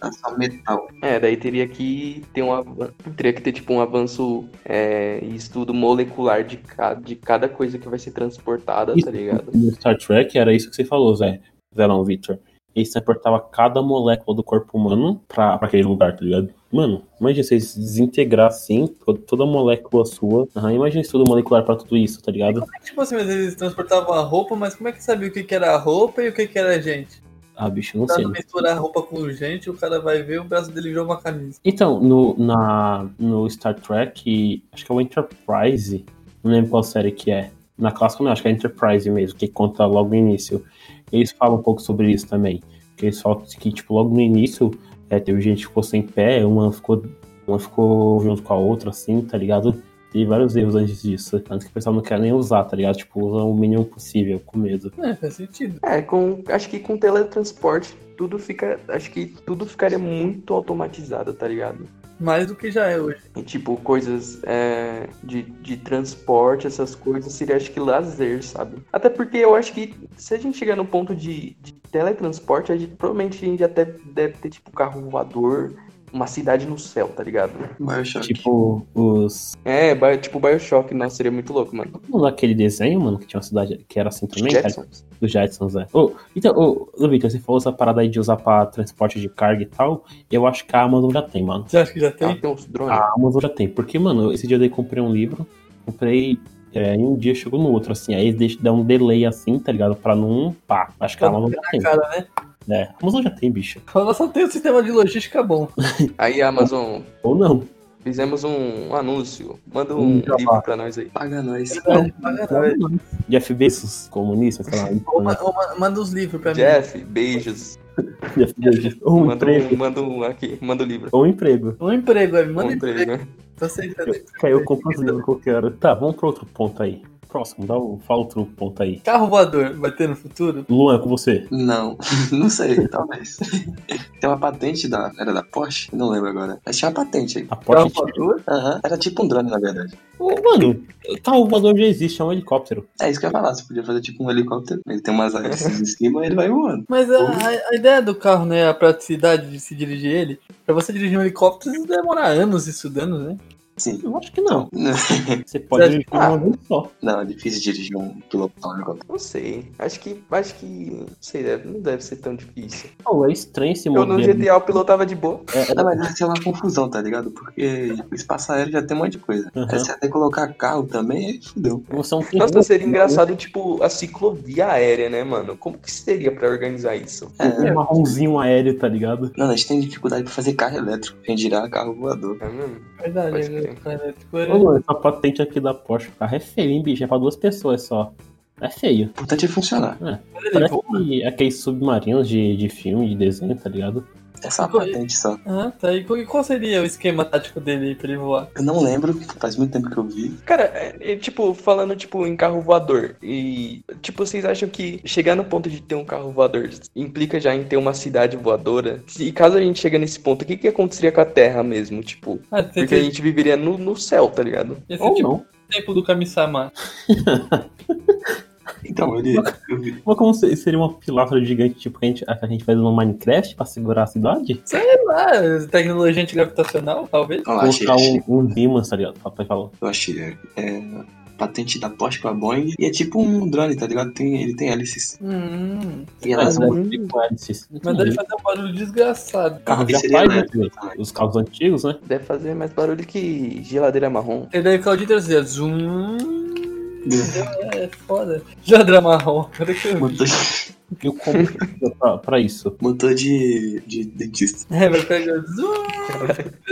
D: Tá só metal.
C: É, daí teria que ter um avan- teria que ter tipo um avanço é, e estudo molecular de cada, de cada coisa que vai ser transportada,
A: Isso.
C: tá ligado?
A: No Star Trek era isso que você falou, Zé. Zé não, Victor. Eles transportavam cada molécula do corpo humano pra, pra aquele lugar, tá ligado? Mano, imagina se eles desintegrar assim, to- toda a molécula sua. Aham, imagina estudo molecular pra tudo isso, tá ligado?
B: Tipo assim, mas eles transportavam a roupa, mas como é que sabia o que, que era a roupa e o que, que era a gente?
A: Ah, bicho, não
B: Pra
A: sei.
B: não misturar a roupa com gente, o cara vai ver o braço dele virou uma camisa.
A: Então, no, na, no Star Trek, acho que é o Enterprise, não lembro qual série que é. Na clássica não, acho que é Enterprise mesmo, que conta logo no início. Eles falam um pouco sobre isso também. Que eles falam que, tipo, logo no início, é, teve gente que ficou sem pé, uma ficou, uma ficou junto com a outra, assim, tá ligado? Teve vários erros antes disso. Tanto que o pessoal não quer nem usar, tá ligado? Tipo, usa o mínimo possível, com medo.
B: É, faz sentido.
C: É, com, acho que com teletransporte tudo fica. Acho que tudo ficaria muito automatizado, tá ligado?
B: Mais do que já é hoje.
C: E, tipo, coisas é, de, de transporte, essas coisas, seria acho que lazer, sabe? Até porque eu acho que se a gente chegar no ponto de, de teletransporte, a gente provavelmente a gente até deve ter, tipo, carro voador, uma cidade no céu, tá ligado?
D: Bioshock.
A: Tipo, os.
C: É, Bio- tipo Bioshock, nossa, seria muito louco, mano.
A: Naquele é desenho, mano, que tinha uma cidade que era assim também, cara.
C: Jetsons.
A: Do Jetsons, é. Ô, então, ô, ô, Victor, você falou essa parada aí de usar pra transporte de carga e tal. Eu acho que a Amazon já tem, mano.
B: Você acha que já tem?
C: Ela Ah, tem uns drones.
A: A Amazon já tem. Porque, mano, esse dia eu dei- comprei um livro, comprei. É, em um dia chegou no outro, assim. Aí deixa, dá um delay assim, tá ligado? Pra não pá. Acho que a
B: Pra não
A: Amazon já tem.
B: Cara, né?
A: É, a Amazon já tem, bicho.
B: Ela só tem um sistema de logística bom.
C: Aí, Amazon,
A: Ou não.
C: fizemos um anúncio. Manda
A: Hum,
C: um
A: já
C: livro
A: vai.
C: pra nós aí.
D: Paga nós.
B: É,
A: Jeff Bezos, comunista, sei lá.
B: Ou ma- ou ma- manda uns livros pra mim.
C: Jeff, beijos.
A: Jeff Bezos. Ou um
C: manda
A: emprego.
C: um, manda um aqui, manda o livro.
A: Ou um emprego.
B: Um emprego, velho. Manda
C: um
B: um emprego.
C: emprego.
B: Tô aceitando.
A: Caiu, compra os livros que eu quero. Tá, vamos pra outro ponto aí. Próximo, dá o, fala outro ponto aí.
B: Carro voador vai ter no futuro?
A: Luan, é com você.
D: Não, não sei, talvez. Tem uma patente da. Era da Porsche? Não lembro agora. Mas tinha uma patente aí.
A: A porta
C: Tá,
B: Carro voador?
D: Aham. Era tipo um drone, na verdade.
A: Ô, Mano, carro voador já existe, é um helicóptero.
D: É isso que eu ia falar. Você podia fazer tipo um helicóptero. Ele tem umas asas em cima e ele vai voando.
B: Mas a, a- a ideia do carro, né? A praticidade de se dirigir ele. Pra você dirigir um helicóptero, você demora anos estudando, né?
D: Sim.
A: Eu acho que não. Você
B: Você
A: pode dirigir
C: acha- tá?
A: uma vez só.
D: Não, é difícil dirigir um piloto um helicóptero.
C: Não sei. Acho que. Acho que. Não sei, deve- não deve ser tão difícil.
A: Pô, é estranho esse
C: Eu no
A: modelo. É,
C: GTA o piloto tava de boa.
D: Não, É, mas vai ser uma confusão, tá ligado? Porque o espaço aéreo já tem um monte de coisa.
A: Aham.
D: Aí você até colocar carro também, aí fudeu.
A: Você é um
C: Nossa, seria engraçado, tipo, a ciclovia aérea, né, mano? Como que seria pra organizar isso?
A: Um marronzinho aéreo, tá ligado?
D: Não, a gente tem dificuldade pra fazer carro elétrico, quem dirá carro voador.
C: É mesmo?
B: Verdade,
C: Pode
B: né?
C: crer.
B: Cara, tipo,
C: É.
A: Ô, Luan, essa patente aqui da Porsche, o carro é feio, hein, bicho? É pra duas pessoas só. É feio.
D: O importante é funcionar.
A: Parece que é aqueles submarinos de, de filme, de desenho, tá ligado?
D: É só uma patente só.
B: Ah, tá. E qual- e qual seria o esquema tático dele aí pra ele voar?
D: Eu não lembro, faz muito tempo que eu vi.
C: Cara, é- é, tipo, falando, tipo, em carro voador. E, tipo, vocês acham que chegar no ponto de ter um carro voador implica já em ter uma cidade voadora? E caso a gente chegue nesse ponto, o que que aconteceria com a Terra mesmo? Tipo,
B: Ah, tem
C: porque a
B: aquele
C: gente viveria no, no céu, tá ligado?
B: esse
A: Ou
B: tipo
A: não.
B: de tempo do Kami-sama.
D: Então, ele. Eu vi.
A: Mas como se- seria uma pilastra gigante, tipo, que a gente, a que a gente faz no Minecraft pra segurar a cidade?
B: Sei lá, tecnologia antigravitacional, talvez.
D: Olha lá, achei,
A: Colocar
D: achei.
A: um, um imã, tá ligado? Pra, pra falar.
D: Eu achei. É, patente da Porsche com a Boeing. E é tipo um drone, tá ligado? Tem, ele tem hélices.
B: Hum,
D: E é um elas
A: Mas
D: vão.
A: deve ter com hélices.
B: mas deve fazer um barulho desgraçado.
A: Carro já
D: Seria
A: faz, né?
D: elétrico.
A: Os carros antigos, né?
C: Deve fazer mais barulho que geladeira marrom.
B: Ele deve ficar o dia inteiro assim, ó, zoom. É, é foda. Jadra marrom. Cadê que eu vi?
D: Motor,
A: E o computador pra, pra isso.
D: motor de, de dentista.
B: É, vai ficar já zoom.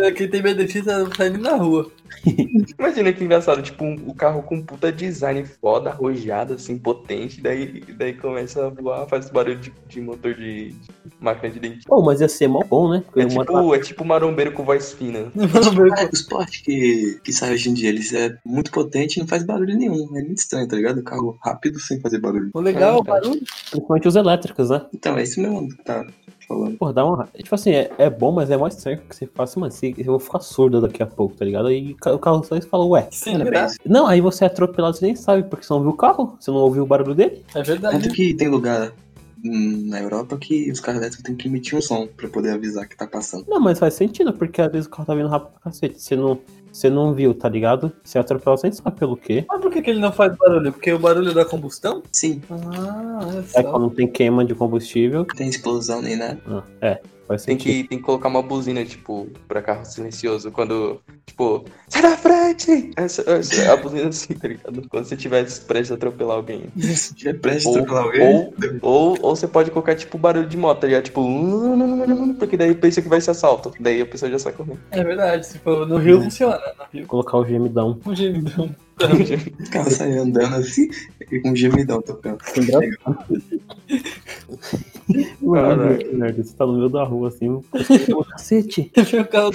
B: É, Quem tem medo de dentista tá indo na rua.
C: Imagina que engraçado, tipo, um- o carro com puta design foda, arrojado, assim, potente, daí, daí começa a voar, faz barulho de, de motor de, de máquina de dente.
A: Pô, mas ia ser mal bom, né? Porque
C: É
A: eu morava-
C: tipo, é tipo marombeiro com voz fina.
D: Ah, os Porsche que, que saem hoje em dia, eles é muito potente e não faz barulho nenhum. É muito estranho, tá ligado? Carro rápido sem fazer barulho.
B: O legal,
C: É,
B: o barulho.
A: principalmente os elétricos, né?
D: Então, é isso mesmo que tá falando.
A: Pô, dá uma. Tipo assim, é, é bom, mas é mais estranho que você fala assim, mano, se- eu vou ficar surdo daqui a pouco, tá ligado? Aí ca- o carro só isso e fala, ué.
B: Sim, né?
A: Não, aí você é atropelado, você nem sabe, porque você não ouviu o carro, você não ouviu o barulho dele.
B: é verdade.
D: Tanto que tem lugar hum, na Europa que os carros elétricos têm que emitir um som pra poder avisar que tá passando.
A: Não, mas faz sentido, porque às vezes o carro tá vindo rápido pra cacete. Você não, você não viu, tá ligado? Você é atropelado, você nem sabe pelo quê.
B: Mas por que, que ele não faz barulho? Porque o barulho da combustão?
D: Sim,
B: Ah, olha
A: É
B: só.
A: quando tem queima de combustível.
D: não tem explosão nem nada.
A: Ah, é, faz
C: Tem
A: sentido.
C: que, tem que colocar uma buzina, tipo, pra carro silencioso. Quando, tipo, sai da frente! Essa, essa- a buzina assim, tá ligado? Quando você tiver prestes a atropelar alguém.
D: Se tiver preste
C: Ou,
D: atropelar alguém.
C: ou, ou, ou você pode colocar, tipo, barulho de moto, tá ligado? Tipo, porque daí pensa que vai ser assalto. Daí a pessoa já sai correndo.
B: É verdade. Se for no Rio, funciona. No Rio.
A: Colocar o gemidão.
B: Um gemidão.
D: O carro sai andando assim e com um gemidão tocando.
A: Mano,
C: Caralho.
A: é, que merda, você tá no meio da rua assim. eu- Cacete,
B: Meu carro,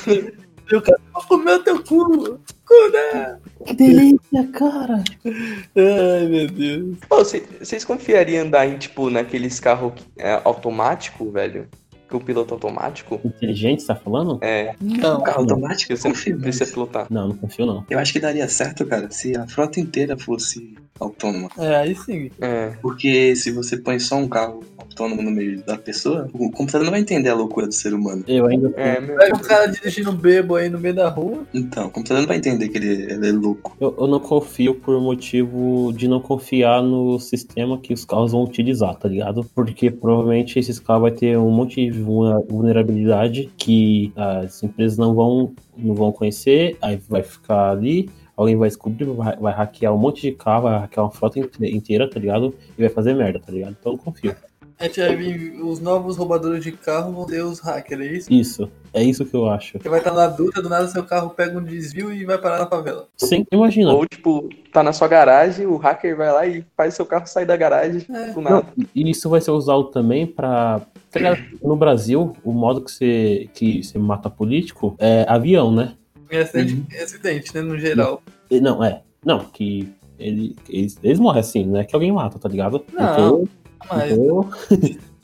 B: meu carro vai comer teu cu. Cu, né?
A: que delícia, cara.
B: Ai, meu Deus.
C: Pô, cê- vocês confiariam em andar em, tipo, naqueles carros é, automático, velho? Que o piloto é automático?
A: Inteligente, você tá falando?
C: É,
B: Não,
D: Carro
A: Não.
D: automático,
C: que você não
D: confio, mas-
C: precisa pilotar.
A: Não, não confio não.
D: Eu acho que daria certo, cara, se a frota inteira fosse autônoma.
B: é, aí sim.
C: É,
D: Porque se você põe só um carro autônomo no meio da pessoa, o computador não vai entender a loucura do ser humano.
A: Eu ainda
D: Hum.
C: é, meu.
B: Pega um cara dirigindo bebo aí no meio da rua.
D: Então, o computador não vai entender que ele, ele é louco.
A: eu, eu não confio por motivo de não confiar no sistema que os carros vão utilizar, tá ligado? Porque provavelmente esses carros vai ter um monte de vulne- vulnerabilidade que as empresas não vão, não vão conhecer, aí vai ficar ali. Alguém vai descobrir, vai, vai hackear um monte de carro, vai hackear uma frota inte- inteira, tá ligado? E vai fazer merda, tá ligado? Então eu não confio.
B: A gente vai vir, os novos roubadores de carro vão ser os hackers, é isso?
A: Isso. É isso que eu acho.
B: Você vai estar na duta, do nada seu carro pega um desvio e vai parar na favela.
A: Sim, imagina.
C: Ou, tipo, tá na sua garagem, o hacker vai lá e faz seu carro sair da garagem
B: É.
C: do nada.
A: E isso vai ser usado também pra. tá ligado? No Brasil, o modo que você, que você mata político é avião, né?
B: É acidente, é acidente, né? No geral.
A: E Não, é. Não, que ele, eles, eles morrem assim, né? Que alguém mata, tá ligado? então,
B: Não,
A: não
B: Mas
A: tô,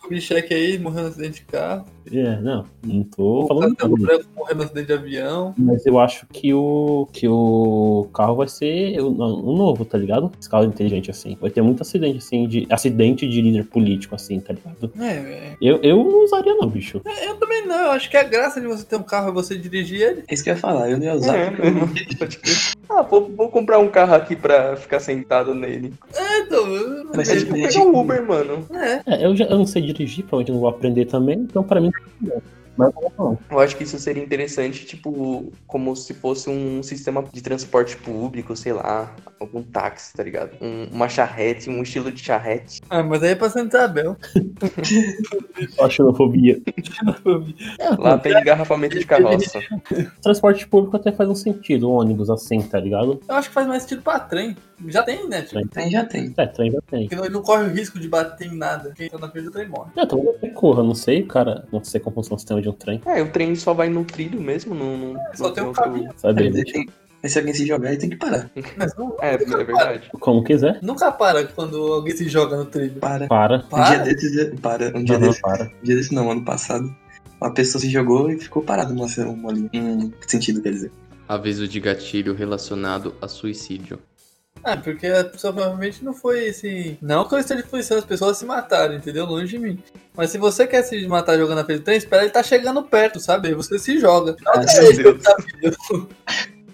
B: o bicheque aí morreu no acidente de carro.
A: é, não, não tô
B: O
A: falando
B: Castelo
A: nada.
B: Branco morreu no acidente de avião.
A: Mas eu acho que o, que o carro vai ser o- não, um novo, tá ligado? Esse carro inteligente, assim. Vai ter muito acidente, assim, de acidente de líder político, assim, tá ligado?
B: É, é.
A: Eu, eu não usaria, não, bicho.
B: Eu também não. Eu acho que a graça de você ter um carro é você dirigir ele.
D: É isso que eu ia falar, eu não ia usar.
C: É, meu. Pode crer. Ah, vou, vou comprar um carro aqui pra ficar sentado nele.
B: É, então, eu não
D: Mas
B: vejo.
D: ele- tipo
C: Vou pegar um Uber, mano.
B: É,
A: É, eu, já, eu não sei dirigir, provavelmente não vou aprender também, então pra mim. é Mas eu vou falar.
C: Eu acho que isso seria interessante, tipo, como se fosse um sistema de transporte público, sei lá, algum táxi, tá ligado? Um- uma charrete, um estilo de charrete.
B: ah, mas aí é pra sentar, Bel.
A: Só xenofobia. É,
B: Uhum.
C: Lá tem engarrafamento de carroça.
A: Transporte público até faz um sentido, ônibus assim, tá ligado?
B: Eu acho que faz mais sentido pra trem. Já tem, né? Tipo,
A: Trem.
D: Tem, já tem.
A: É, trem já tem.
B: porque não, não corre o risco de bater em nada. Quem tá na frente do trem morre.
A: É, talvez até corra, não sei, cara. Não sei como funciona o sistema de um trem,
C: É, o trem só vai no trilho mesmo, não, não,
B: só
C: não
B: tem um
C: outro-
B: caminho.
A: sabe?
D: Mas, tem- mas se alguém se jogar, ele tem que parar.
B: Mas não,
C: É, é verdade.
A: Como quiser.
B: nunca para quando alguém se joga no trilho.
D: Para.
A: Para.
D: Um dia
B: Para?
D: desses, eu- para. Um dia,
A: Não, não,
D: desses,
A: para.
D: um dia desses, não, ano passado, uma pessoa se jogou e ficou parada numa uma linha. Um sentido, quer dizer.
E: Aviso de gatilho relacionado a suicídio.
B: Ah, porque a pessoa provavelmente não foi assim. Não que eu esteja influenciando as pessoas a se matarem, entendeu? Longe de mim. Mas se você quer se matar jogando na frente do trem, espera ele tá chegando perto, sabe? Aí você se joga. Não
D: Ah,
B: é
C: meu
B: isso que eu tava vendo.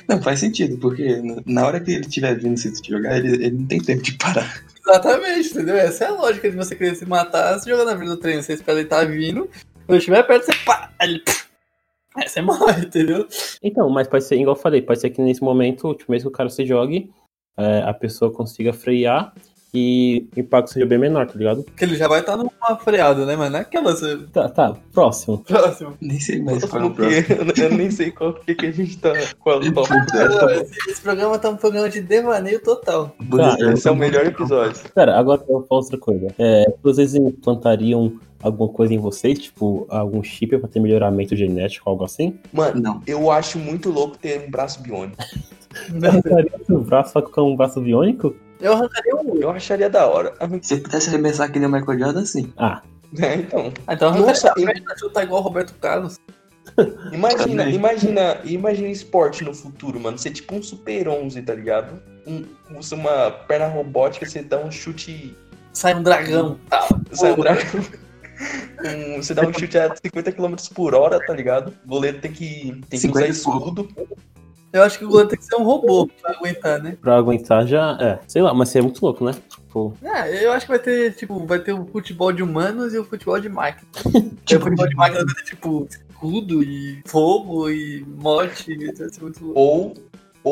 D: Não, faz sentido, porque na- na hora que ele estiver vindo se te jogar, ele, ele não tem tempo de parar.
B: Exatamente, entendeu? Essa é a lógica de você querer se matar se jogando na frente do trem. Você espera ele tá vindo. Quando estiver perto, você pá! Aí ele- Aí você morre, entendeu?
A: Então, mas pode ser, igual eu falei, pode ser que nesse momento, tipo, mesmo que o cara se jogue, é, a pessoa consiga frear e o impacto seja bem menor, tá ligado?
B: Porque ele já vai estar numa freada, né? Mas não é aquela. você-
A: Tá, tá, próximo.
B: Próximo.
D: Nem sei mais qual é o
C: Como que-
D: próximo.
C: eu, nem sei qual que, que a gente tá. Qual é o tópico.
D: tá
B: Pô, Esse, esse programa tá um programa de devaneio total.
D: Buda-
A: Tá,
C: Esse é o melhor episódio.
A: Cara, agora eu vou falar outra coisa. É, vocês implantariam alguma coisa em vocês, tipo, algum chip pra ter melhoramento genético, algo assim?
C: Mano,
D: Não.
C: eu acho muito louco ter um braço biônico.
A: Arrancaria o braço só com um braço biônico?
B: Eu arrancaria um olho.
C: Eu acharia da hora.
D: Se ele pudesse arremessar que nem o Michael Jordan, sim.
A: Ah,
C: É, então.
B: Ah, então arrancaria
C: Nossa,
B: a perna, chuta igual o Roberto Carlos.
C: Imagina,
D: Também.
C: imagina, imagina esporte no futuro, mano. Ser tipo um Super 11, tá ligado? Um, usa uma perna robótica, você dá um chute.
B: Sai um dragão. Tá,
C: Sai um
B: pô.
C: draco. Um- você dá um chute a 50 km por hora, tá ligado? O goleiro tem que, tem que
D: 50
C: usar
D: e
C: escudo.
B: Eu acho que o goleiro tem que ser um robô pra aguentar, né?
A: pra aguentar já. É, sei lá, mas seria muito louco, né? Tipo,
B: Ah, eu acho que vai ter, tipo, vai ter o futebol de humanos e o futebol de máquina. Aí o futebol de máquina vai ter, tipo, escudo e fogo e morte. e Vai ser muito louco.
C: Ou,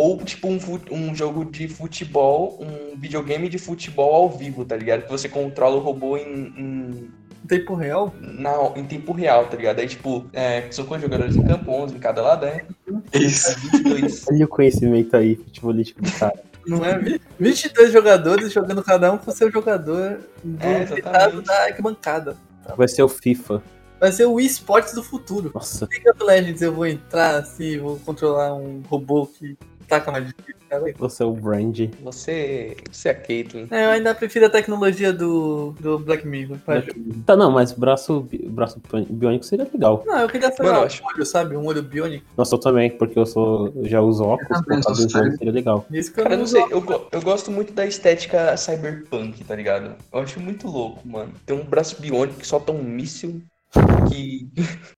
C: ou tipo, um, fu- um jogo de futebol, um videogame de futebol ao vivo, tá ligado? Que você controla o robô em- em
B: Em tempo real.
C: na, em tempo real, tá ligado? Aí, tipo, é, são quantos jogadores em campo? 11 em cada lado, é?
D: Isso.
C: 22.
A: olha o conhecimento aí, futebolístico do cara.
B: Não é? 22 jogadores jogando cada um com seu jogador do
C: É,
B: ditado
C: exatamente.
B: da arquibancada.
A: Vai ser o FIFA.
B: Vai ser o esportes do futuro.
A: Nossa,
B: League of Legends, eu vou entrar assim, vou controlar um robô que taca mais difícil, cara.
A: você é o Brand.
C: Você, você é a Caitlyn.
B: É, eu ainda prefiro a tecnologia do, do Black Mirror. pra-
A: Tá, não, mas braço, braço biônico seria legal.
B: Não, eu queria
C: Mano,
B: falar um
C: acho-
B: olho, sabe? Um olho biônico.
A: Nossa, eu também, porque eu sou eu já uso óculos,
D: Ah,
A: por causa do
D: sério?
A: jogo seria legal.
B: Isso que eu
C: Cara, eu
B: não
C: não sei, eu, go- eu gosto muito da estética cyberpunk, tá ligado? Eu acho muito louco, mano. Tem um braço biônico que solta um míssil que.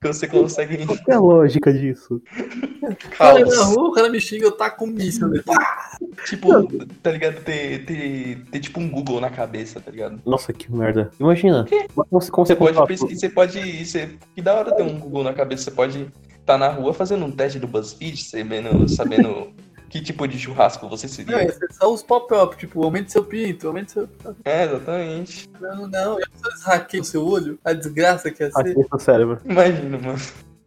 C: que você consegue.
A: Qual é a lógica disso?
B: Cara,
C: Caos.
B: na rua, o cara me xinga, eu taco um míssil. nele. Pá!
C: Tipo, tá ligado? Ter, ter, ter tipo um Google na cabeça, tá ligado?
A: Nossa, que merda. Imagina. Você
C: Você
A: consegue
C: pode, pesquisar- você pode. Você, que da hora ter um Google na cabeça, você pode estar na rua fazendo um teste do BuzzFeed, sabendo, sabendo que tipo de churrasco você
B: Não,
C: seria.
B: ia ser só os pop-up, tipo, aumente seu pinto, aumente seu.
C: É, exatamente.
B: Não, não, eu preciso hackear o seu olho, a desgraça que ia ser.
A: o Tá cérebro.
C: Imagina, mano.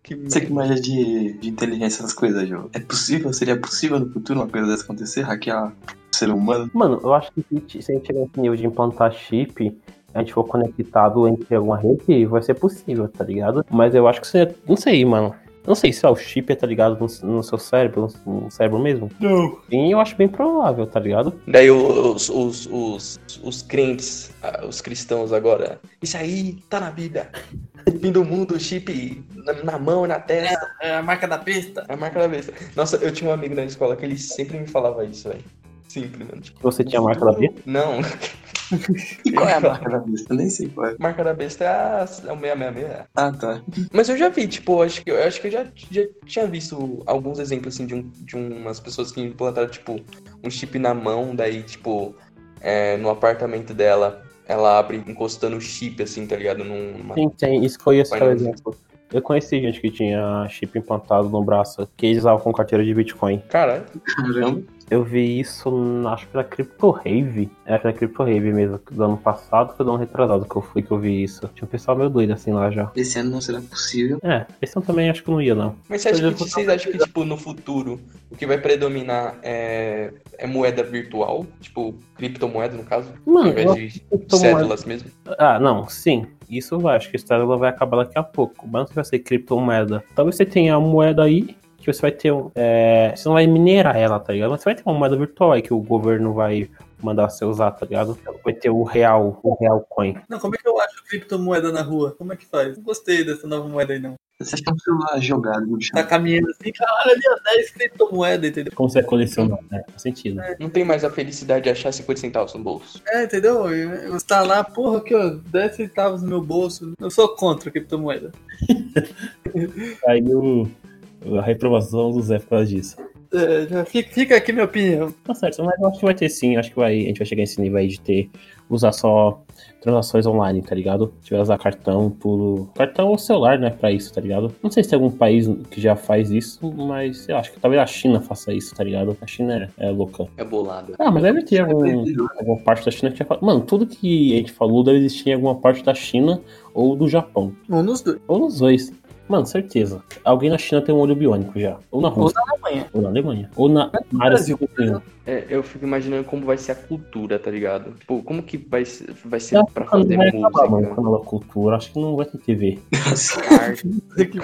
C: Que
D: Você que manja de, de inteligência essas coisas, João. É possível? Seria possível no futuro uma coisa dessa acontecer? Hackear o ser humano?
A: Mano, eu acho que se a gente- se a gente chegar nesse nível de implantar chip, a gente for conectado entre alguma rede, vai ser possível, tá ligado? Mas eu acho que você. Não sei, mano. Eu Não sei se é o chip, tá ligado? No, no seu cérebro, no, no cérebro mesmo.
B: Não.
A: Sim, eu acho bem provável, tá ligado?
C: Daí os, os, os, os crentes, ah, os cristãos agora. Isso aí tá na Bíblia. Fim do mundo, chip na, na mão, na testa,
B: É a marca da pista.
C: na marca da cabeça. Nossa, eu tinha um amigo na escola que ele sempre me falava isso, velho. Sempre, mano. Tipo,
A: Se você tinha a marca da besta.
C: Não,
D: E qual é a marca da besta? Eu nem sei qual é.
C: marca da besta é, a, é o 666.
D: Ah, tá.
C: Mas eu já vi, tipo, acho que, eu acho que eu já, já tinha visto alguns exemplos, assim, de, um, de umas pessoas que implantaram, tipo, um chip na mão, daí, tipo, é, no apartamento dela, ela abre encostando o chip, assim, tá ligado? Num, numa-
A: Sim, tem. Isso que eu ia citar o
C: Vai, né?
A: exemplo. Eu conheci gente que tinha chip implantado no braço, que eles usavam com carteira de Bitcoin.
C: Cara,
D: Caramba.
A: Eu vi isso, na- acho que era Crypto Rave. Era na Crypto Rave mesmo, do ano passado, foi do ano retrasado que eu fui que eu vi isso. Tinha um pessoal meio doido assim lá já.
D: Esse ano não será possível.
A: É, esse ano também acho que eu não ia, não.
C: mas você acha
A: Eu já
C: que-
A: vou dar
C: vocês acham que, tipo, no futuro, o que vai predominar é, é moeda virtual? Tipo, criptomoeda, no caso, ao
A: Mano, eu
C: invés de cédulas mesmo?
A: Ah, não, sim. Isso vai, acho que esse ela vai acabar daqui a pouco. Mas não sei se vai ser criptomoeda. Talvez você tenha uma moeda aí que você vai ter um. é, você não vai minerar ela, tá ligado? Mas você vai ter uma moeda virtual aí que o governo vai mandar você usar, tá ligado? Vai ter o real, o real coin.
B: Não, como é que eu acho criptomoeda na rua? Como é que faz? Não gostei dessa nova moeda aí, não.
D: Você acha que é um celular jogado no chão?
B: Tá caminhando assim, caralho, ali, ó, 10 criptomoedas, entendeu?
A: Como você vai colecionar, né? Faz sentido.
C: Não tem mais a felicidade de achar 50 centavos no bolso.
B: É, entendeu? Eu- Você tá lá, porra, aqui, ó, 10 centavos no meu bolso. Eu sou contra criptomoeda.
A: Aí o, a reprovação do Zé por causa disso.
B: É, já fica, fica aqui minha opinião.
A: Tá certo, mas eu acho que vai ter sim, acho que vai, a gente vai chegar nesse nível aí de ter, usar só transações online, tá ligado? Tiver usar cartão, tudo. Cartão ou celular, né, pra isso, tá ligado? Não sei se tem algum país que já faz isso, mas eu acho que talvez a China faça isso, tá ligado? A China é, é louca.
E: É bolado.
A: Ah, mas deve ter algum,
D: Perdeu.
A: alguma parte da China que já faz. Mano, tudo que a gente falou deve existir em alguma parte da China ou do Japão.
B: Um nos dois.
A: Ou nos dois. Mano, certeza. Alguém na China tem um olho biônico já. Ou na Rússia.
B: Amanhã.
A: Ou na Alemanha. Ou na um. área
B: Brasil.
A: 51.
C: É, eu fico imaginando como vai ser a cultura, tá ligado? Tipo, como que vai ser, vai ser
A: Não,
C: pra
A: Quando
C: fazer
A: vai
C: música?
A: acabar, mano, canal da cultura, acho que não vai ter TV.
C: arte?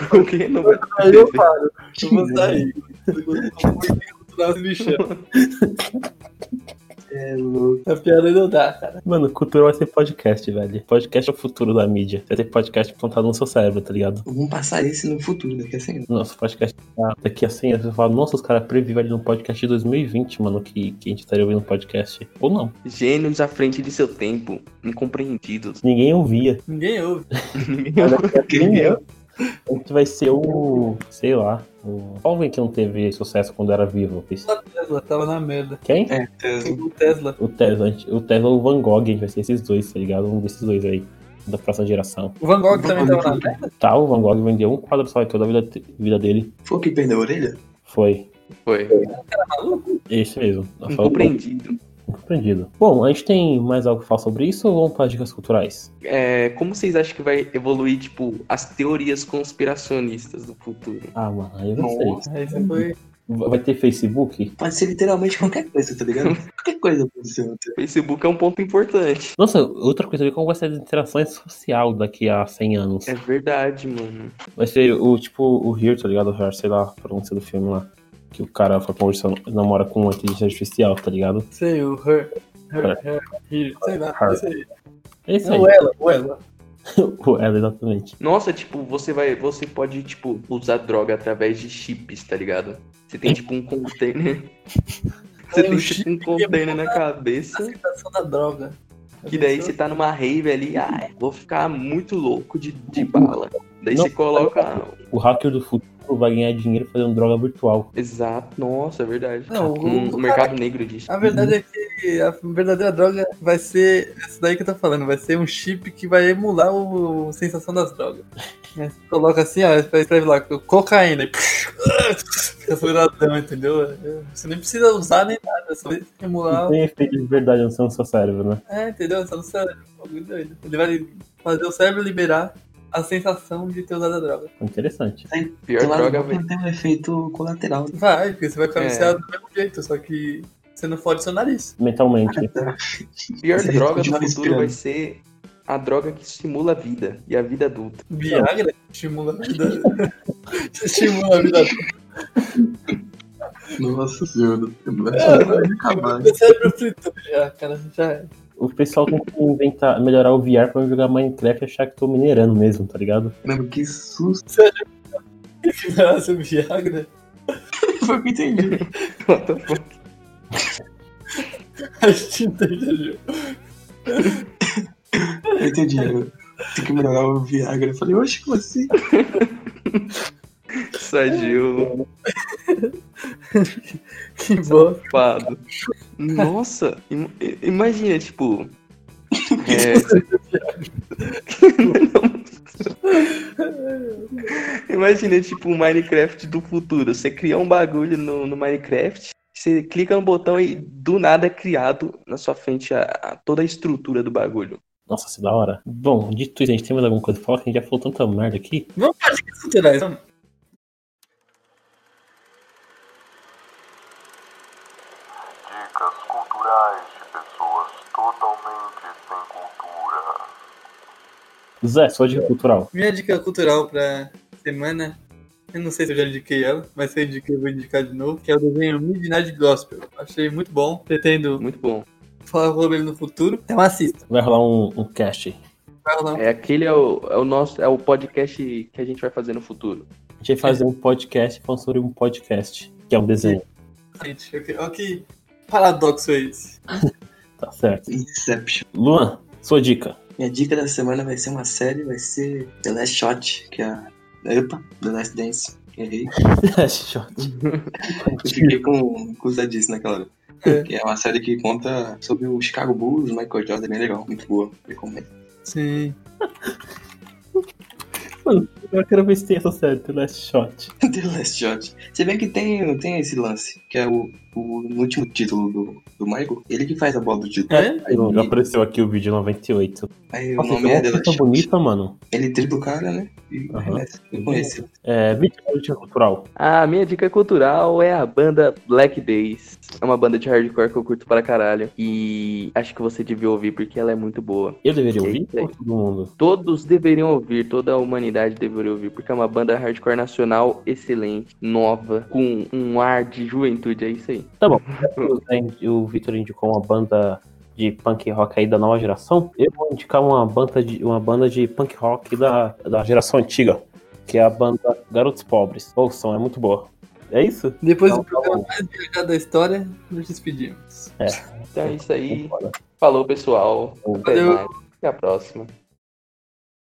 C: Porque não vai
B: Aí eu paro. Eu vou
D: Que
B: sair. Eu vou- eu vou encontrar os bichão.
D: É louco.
B: A piada não dá, cara.
A: Mano, cultura vai ser podcast, velho. Podcast é o futuro da mídia. Vai ter podcast plantado no seu cérebro, tá ligado?
D: Vamos passar esse no futuro, daqui a 100 anos.
A: Nosso podcast tá daqui a 100 anos. Você fala, nossa, os caras previram ali no podcast de 2020, mano, que, que a gente estaria ouvindo podcast. Ou não.
C: Gênios à frente de seu tempo, incompreendidos.
A: Ninguém ouvia.
B: Ninguém ouve.
D: Quem é?
A: A gente vai ser o. Sei lá. O... Qual alguém que não teve sucesso quando era vivo?
B: Só Tesla, tava na merda.
A: Quem?
D: Tesla.
B: O Tesla.
A: O Tesla. a gente- O Tesla ou o Van Gogh. A gente vai ser esses dois, tá ligado? Vamos ver esses dois aí. Da próxima geração.
B: O Van Gogh também tava na merda.
A: Tá, o Van Gogh vendeu um quadro só de toda a vida, vida dele.
D: Foi o que perdeu a orelha?
A: Foi.
C: Foi.
A: Isso mesmo. Nossa,
C: Incompreendido.
A: Compreendido. Bom, a gente tem mais algo que falar sobre isso ou vamos para as dicas culturais?
C: É, como vocês acham que vai evoluir, tipo, as teorias conspiracionistas do futuro?
A: Ah, mano, aí eu não sei.
D: Nossa.
B: Aí você foi.
A: Vai vai ter Facebook?
D: Pode ser literalmente qualquer coisa, tá ligado? qualquer coisa pode ser uma teoria.
C: Facebook é um ponto importante.
A: Nossa, outra coisa, ver como vai ser a interação social daqui a 100 anos.
C: É verdade, mano.
A: Vai ser o tipo o Here, tá ligado? O Here, sei lá, a pronúncia do filme lá. Que o cara foi conversando, namora com uma inteligência artificial, tá ligado?
B: Sei, o her. Her, her, her. Sei lá.
A: Her.
B: Sei.
A: É isso aí.
B: Não, ela, ou ela.
A: O Ela, é, exatamente.
C: Nossa, tipo, você vai. Você pode, tipo, usar droga através de chips, tá ligado? Você tem tipo um container. Você
B: Tem um
C: tem tipo um container na cabeça.
B: Aceitação da Tá droga.
C: Que daí
B: Pensou?
C: você tá numa rave ali, ah, eu vou ficar muito louco de, de bala. Daí
A: Não.
C: você coloca.
A: O hacker do futuro vai ganhar dinheiro fazendo droga virtual.
C: Exato, nossa, é verdade.
B: Não, o-
C: Hum, o,
B: o
C: mercado negro disso.
B: A verdade é que a verdadeira droga vai ser essa daí que eu tô falando, vai ser um chip que vai emular o, a sensação das drogas. Aí você coloca assim, ó, escreve lá, cocaína. e Fica aceleradão, entendeu? Você nem precisa usar nem nada, é só
A: Não
B: emular.
A: tem efeito de verdade no seu cérebro, né?
B: É, entendeu? Só no cérebro, bagulho doido. Ele vai fazer o cérebro liberar a sensação de ter usado a droga.
A: Interessante.
C: Pior
D: Claro,
C: droga,
D: vai
C: velho.
D: ter um efeito colateral.
B: Vai, porque você vai ficar
C: É.
B: viciado do mesmo jeito, só que você não pode adicionar isso.
A: Mentalmente.
C: Pior
D: Você
C: droga do
D: continua
C: futuro
D: respirando.
C: vai ser a droga que estimula a vida e a vida adulta.
B: Viagra estimula a vida. estimula a vida
D: Nossa senhora. Não vai acabar.
B: Meu cérebro é fritou já, cara. Já é.
A: O pessoal tem que inventar, melhorar o VR pra jogar Minecraft e achar que tô minerando mesmo, tá ligado?
D: Mano, que susto.
B: Nossa, Viagra.
D: Foi o que eu entendi.
C: What the fuck?
B: A gente entendeu.
D: Eu entendi. eu Tem que melhorar o Viagra. Eu falei, oxe, como assim?
C: Sadio,
B: Que bom.
C: fado. Nossa, im- i- imagina, tipo. é, imagina, tipo, o Minecraft do futuro. Você cria um bagulho no, no Minecraft, você clica no botão e do nada é criado na sua frente a, a- toda a estrutura do bagulho.
A: Nossa, isso é da hora. Bom, dito isso, a gente tem mais alguma coisa pra falar que a gente já falou tanta merda aqui.
B: Vamos para as dicas culturais. vamos.
F: Dicas culturais de pessoas totalmente sem cultura.
A: Zé, sua dica cultural.
B: Minha dica cultural pra semana. Eu não sei se eu já indiquei ela, mas se eu indiquei, eu vou indicar de novo, que é o desenho Midnight Gospel. Achei muito bom. Pretendo
C: Muito bom.
B: falar sobre ele no futuro. Então assista.
A: Vai rolar um, um cast.
B: Vai rolar um
C: É, aquele é o, é o nosso, é o podcast que a gente vai fazer no futuro.
A: A gente vai fazer um podcast falando sobre um podcast, que é um desenho.
B: site. Olha que- Olha que paradoxo é esse.
A: Tá certo.
D: Inception.
A: Luan, sua dica.
D: Minha dica da semana vai ser uma série, vai ser The Last Shot, que é a. Epa, The Last Dance. Errei. Eu fiquei com, com o Zé disse naquela hora.
B: É.
D: Que é uma série que conta sobre o Chicago Bulls, Michael Jordan, bem legal, muito boa. Recomendo.
B: Sim.
A: Eu quero ver se tem essa série, The Last Shot.
D: The Last Shot. Você vê que tem, tem esse lance, que é o, o no último título do, do Michael, ele que faz a bola do título.
B: É?
D: Aí,
A: Já apareceu aqui o vídeo 98.
D: aí o
A: Nossa,
D: nome
A: é
D: é
A: uma
D: The
A: foto
D: Last Shot.
A: bonita, mano.
D: Ele dribla o cara, né? E
A: Aham.
D: arremessa. Eu conheci.
A: É, Vitor, sua dica cultural.
C: A minha dica cultural é a banda Black Days. É uma banda de hardcore que eu curto pra caralho. E acho que você devia ouvir porque ela é muito boa.
A: Eu deveria ouvir
C: Eita.
A: ou todo mundo?
C: Todos deveriam ouvir, toda a humanidade deveria ouvir, porque é uma banda hardcore nacional excelente, nova, com um ar de juventude, é isso aí.
A: Tá bom. Já que o Zé indi- O Vitor indicou uma banda de punk rock aí da nova geração. Eu vou indicar uma banda de, uma banda de punk rock da, da geração antiga, que é a banda Garotos Pobres. Ouçam, é muito boa. É isso?
B: Depois
A: Não,
B: do programa
A: não.
B: mais viajado da história, nos despedimos.
C: Então é isso aí.
A: Vambora.
C: Falou, pessoal. Até
B: Valeu.
C: mais. Até a próxima.